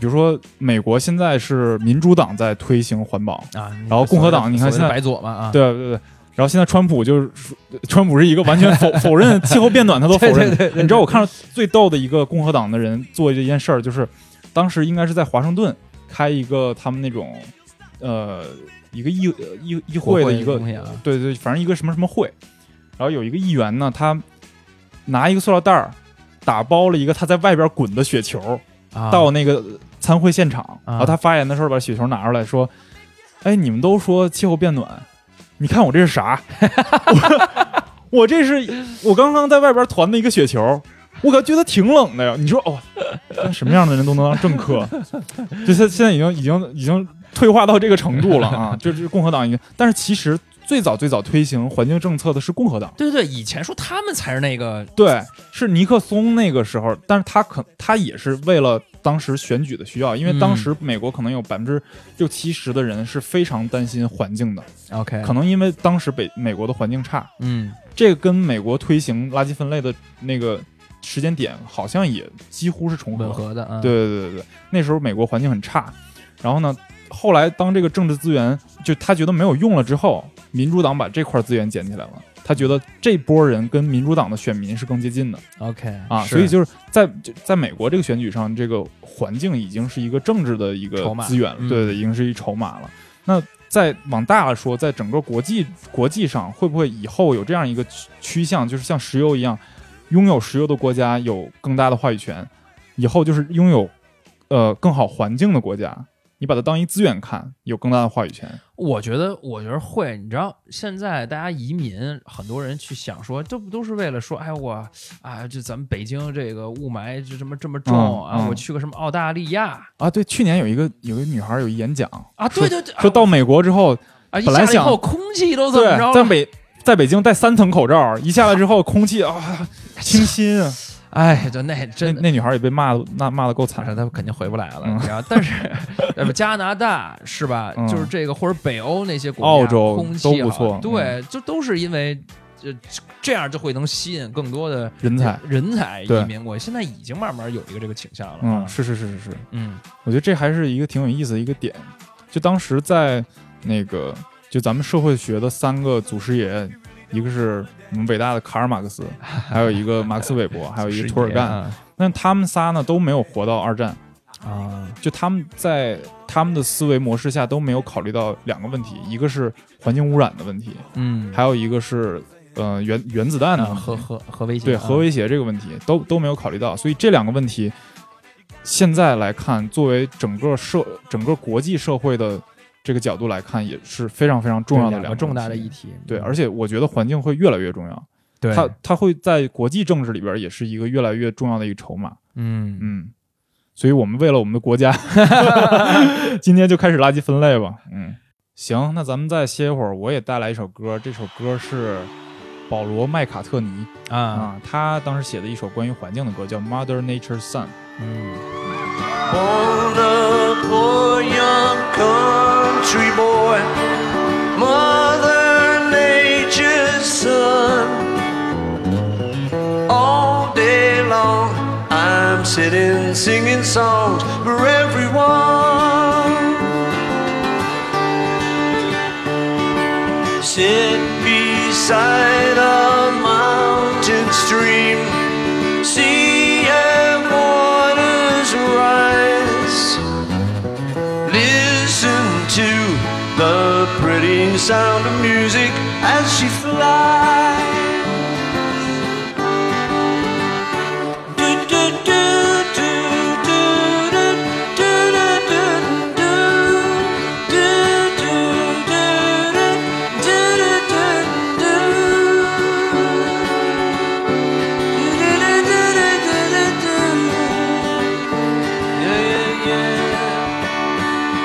[SPEAKER 1] 比如说美国现在是民主党在推行环保，
[SPEAKER 2] 啊，然
[SPEAKER 1] 后共和党你看现在
[SPEAKER 2] 白左嘛啊，
[SPEAKER 1] 对对对。然后现在川普就是说，川普是一个完 全否否认气候变暖，他都否认。
[SPEAKER 2] 对对对对对
[SPEAKER 1] 你知道我看到最逗的一个共和党的人做这件事儿，就是当时应该是在华盛顿开一个他们那种呃一个议呃议议
[SPEAKER 2] 国
[SPEAKER 1] 会的一个
[SPEAKER 2] 东西啊，
[SPEAKER 1] 对对，反正一个什么什么会，然后有一个议员呢，他拿一个塑料袋儿打包了一个他在外边滚的雪球，
[SPEAKER 2] 啊
[SPEAKER 1] 到那个参会现场，
[SPEAKER 2] 啊
[SPEAKER 1] 然后他发言的时候把雪球拿出来说：“哎，你们都说气候变暖，你看我这是啥？ 我我这是我刚刚在外边团的一个雪球，我可觉得挺冷的呀。你说哦，但什么样的人都能当政客， 就现现在已经已经已经退化到这个程度了啊！ 就是共和党已经，但是其实最早最早推行环境政策的是共和党。”
[SPEAKER 2] 对对对，以前说他们才是那个
[SPEAKER 1] 对，是尼克松那个时候，但是他可他也是为了当时选举的需要，因为当
[SPEAKER 2] 嗯
[SPEAKER 1] 时美国可能有百分之六七十的人是非常担心环境的，
[SPEAKER 2] OK，
[SPEAKER 1] 可能因为当时北美国的环境差，
[SPEAKER 2] 嗯
[SPEAKER 1] 这个跟美国推行垃圾分类的那个时间点好像也几乎是重合
[SPEAKER 2] 吻
[SPEAKER 1] 的。
[SPEAKER 2] 合的啊，
[SPEAKER 1] 对对对对对，那时候美国环境很差，然后呢，后来当这个政治资源就他觉得没有用了之后，民主党把这块资源捡起来了，他觉得这波人跟民主党的选民是更接近的。
[SPEAKER 2] OK
[SPEAKER 1] 啊，
[SPEAKER 2] 是
[SPEAKER 1] 所以就是在就在美国这个选举上，这个环境已经是一个政治的一个
[SPEAKER 2] 筹码
[SPEAKER 1] 资源了，
[SPEAKER 2] 嗯
[SPEAKER 1] 对对，已经是一筹码了。那再往大了说，在整个国际国际上，会不会以后有这样一个趋趋向，就是像石油一样，拥有石油的国家有更大的话语权，以后就是拥有呃更好环境的国家，你把它当一资源看，有更大的话语权。
[SPEAKER 2] 我觉得，我觉得会。你知道，现在大家移民，很多人去想说，这不都是为了说，哎，我啊，就咱们北京这个雾霾就这么这么重、
[SPEAKER 1] 嗯
[SPEAKER 2] 啊，
[SPEAKER 1] 嗯
[SPEAKER 2] 我去个什么澳大利亚
[SPEAKER 1] 啊，对，去年有一个有一个女孩有一演讲，
[SPEAKER 2] 啊，对对对，
[SPEAKER 1] 说到美国之后，
[SPEAKER 2] 啊，一
[SPEAKER 1] 本来
[SPEAKER 2] 下来以
[SPEAKER 1] 想
[SPEAKER 2] 后空气 都怎么
[SPEAKER 1] 对，
[SPEAKER 2] 着
[SPEAKER 1] 在
[SPEAKER 2] 了？
[SPEAKER 1] 北在北京戴三层口罩，一下来之后空气 啊清新啊，
[SPEAKER 2] 哎，就那
[SPEAKER 1] 那
[SPEAKER 2] 真的。
[SPEAKER 1] 那女孩也被骂的那骂的够
[SPEAKER 2] 反
[SPEAKER 1] 惨
[SPEAKER 2] 正。他们肯定回不来了，
[SPEAKER 1] 嗯
[SPEAKER 2] 你知道？但是，呃要不加拿大是吧？
[SPEAKER 1] 嗯
[SPEAKER 2] 就是这个或者北欧那些国家，
[SPEAKER 1] 澳洲
[SPEAKER 2] 空气
[SPEAKER 1] 都不
[SPEAKER 2] 好
[SPEAKER 1] 错嗯
[SPEAKER 2] 对，就都是因为呃这这样就会能吸引更多的
[SPEAKER 1] 人 才
[SPEAKER 2] 人才
[SPEAKER 1] 对
[SPEAKER 2] 移民过来。现在已经慢慢有一个这个倾向了。啊
[SPEAKER 1] 嗯，是是是是是，
[SPEAKER 2] 嗯
[SPEAKER 1] 我觉得这还是一个挺有意思的一个点。就当时在那个就咱们社会学的三个祖师爷，一个是我们伟大的卡尔马克 思，还有一个马克思韦伯，还有一个
[SPEAKER 2] 是
[SPEAKER 1] 涂尔干。但他们仨呢都没有活到二战，
[SPEAKER 2] 啊，
[SPEAKER 1] 就他们在他们的思维模式下都没有考虑到两个问题，一个是环境污染的问题，
[SPEAKER 2] 嗯，
[SPEAKER 1] 还有一个是呃原原子弹的
[SPEAKER 2] 啊
[SPEAKER 1] 问题
[SPEAKER 2] 核核核威胁，
[SPEAKER 1] 对
[SPEAKER 2] 啊
[SPEAKER 1] 核威胁这个问题都都没有考虑到，所以这两个问题现在来看，作为整个社整个国际社会的这个角度来看，也是非常非常重要的
[SPEAKER 2] 对两
[SPEAKER 1] 个
[SPEAKER 2] 个重大的
[SPEAKER 1] 问题。
[SPEAKER 2] 议题。嗯
[SPEAKER 1] 对，而且我觉得环境会越来越重要，
[SPEAKER 2] 对
[SPEAKER 1] 它它会在国际政治里边也是一个越来越重要的一个筹码。
[SPEAKER 2] 嗯
[SPEAKER 1] 嗯，所以我们为了我们的国 家， 今天就开始垃圾分类吧。嗯，行，那咱们再歇一会儿，我也带来一首歌，这首歌是保罗麦卡特尼
[SPEAKER 2] 啊
[SPEAKER 1] 啊，他当时写的一首关于环境的歌，叫《Mother Nature's Son》。
[SPEAKER 2] 嗯
[SPEAKER 6] Born a poor young country boy, Mother Nature's son. All day long, I'm sitting singing songs for everyone. sit beside a mountain stream, sea and waters rise. Listen to the pretty sound of music as she flies. Do do do do do do do do do do do do do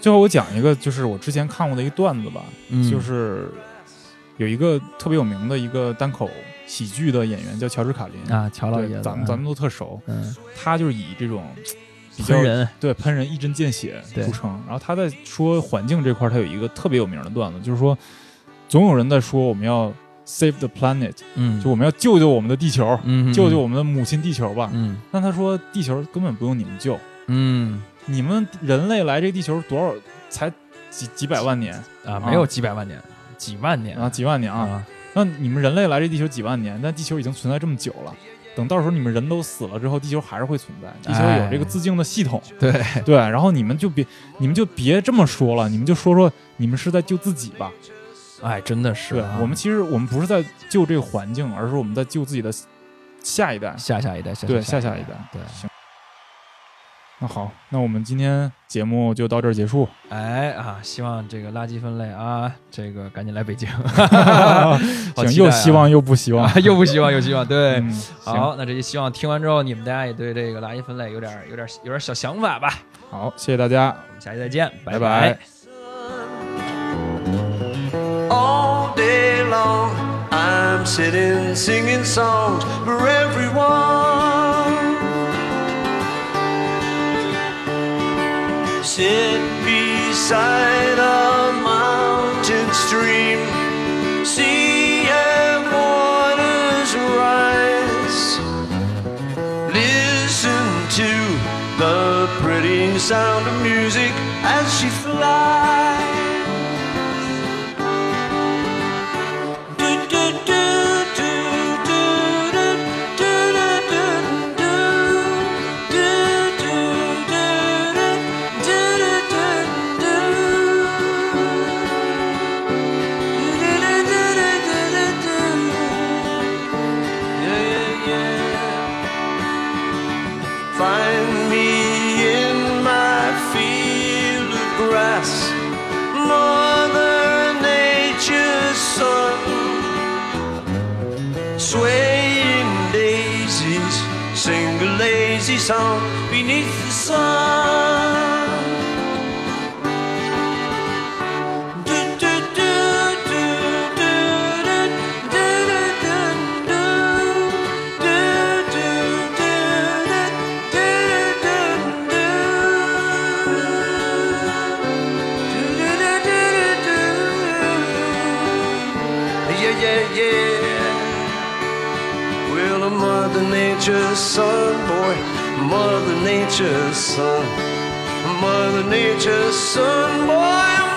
[SPEAKER 1] 最后我讲一个，就是我之前看过的一个段子吧，
[SPEAKER 2] 嗯
[SPEAKER 1] 就是有一个特别有名的一个单口喜剧的演员叫乔治卡林，
[SPEAKER 2] 啊，乔老
[SPEAKER 1] 对
[SPEAKER 2] 爷子，
[SPEAKER 1] 咱们咱们都特熟，
[SPEAKER 2] 嗯，
[SPEAKER 1] 他就是以这种比较
[SPEAKER 2] 喷人，
[SPEAKER 1] 对喷人一针见血
[SPEAKER 2] 对
[SPEAKER 1] 著称。然后他在说环境这块儿，他有一个特别有名的段子，就是说总有人在说我们要 save the planet，
[SPEAKER 2] 嗯，
[SPEAKER 1] 就我们要救救我们的地球，
[SPEAKER 2] 嗯
[SPEAKER 1] 救救，我们的母亲地球吧。
[SPEAKER 2] 嗯
[SPEAKER 1] 但他说地球根本不用你们救，
[SPEAKER 2] 嗯
[SPEAKER 1] 你们人类来这地球多少才几几百万年
[SPEAKER 2] 啊，没有几百万年，几万年
[SPEAKER 1] 啊，几万年啊。
[SPEAKER 2] 啊，
[SPEAKER 1] 那你们人类来这地球几万年，但地球已经存在这么久了。等到时候你们人都死了之后，地球还是会存在。地球有这个自净的系统，
[SPEAKER 2] 对，
[SPEAKER 1] 哎对。然后你们就别，你们就别这么说了，你们就说说你们是在救自己吧。
[SPEAKER 2] 哎，真的是
[SPEAKER 1] 对
[SPEAKER 2] 啊，
[SPEAKER 1] 我们其实我们不是在救这个环境，而是我们在救自己的下一代。
[SPEAKER 2] 下下一代，下
[SPEAKER 1] 对
[SPEAKER 2] 下
[SPEAKER 1] 下下一代
[SPEAKER 2] 对，
[SPEAKER 1] 行。那好，那我们今天节目就到这儿结 束。
[SPEAKER 2] 哎啊，希望这个垃圾分类啊，这个赶紧来北 京， 好
[SPEAKER 1] 行，
[SPEAKER 2] 期
[SPEAKER 1] 又
[SPEAKER 2] 待啊
[SPEAKER 1] 希望又不希望
[SPEAKER 2] 啊。 又不希望，又希望，对。
[SPEAKER 1] 嗯，行
[SPEAKER 2] 好，那这期希望听完之后，你们大家也对这个垃圾分类有点、有点、有点小想法吧。
[SPEAKER 1] 好，谢谢大家，
[SPEAKER 2] 我们下期再见，
[SPEAKER 1] 拜
[SPEAKER 2] 拜
[SPEAKER 1] 拜
[SPEAKER 6] All day long, I'm sitting singing songs for everyone. Sit beside a mountain stream, sea and waters rise. Listen to the pretty sound of music as she flies. Find me in my field of grass, Mother Nature's son, swaying daisies sing a lazy song beneath the sun. Do do do do do do do do do do Yeah yeah yeah. Well, a mother nature's son, boy, mother nature's son, mother nature's son, boy.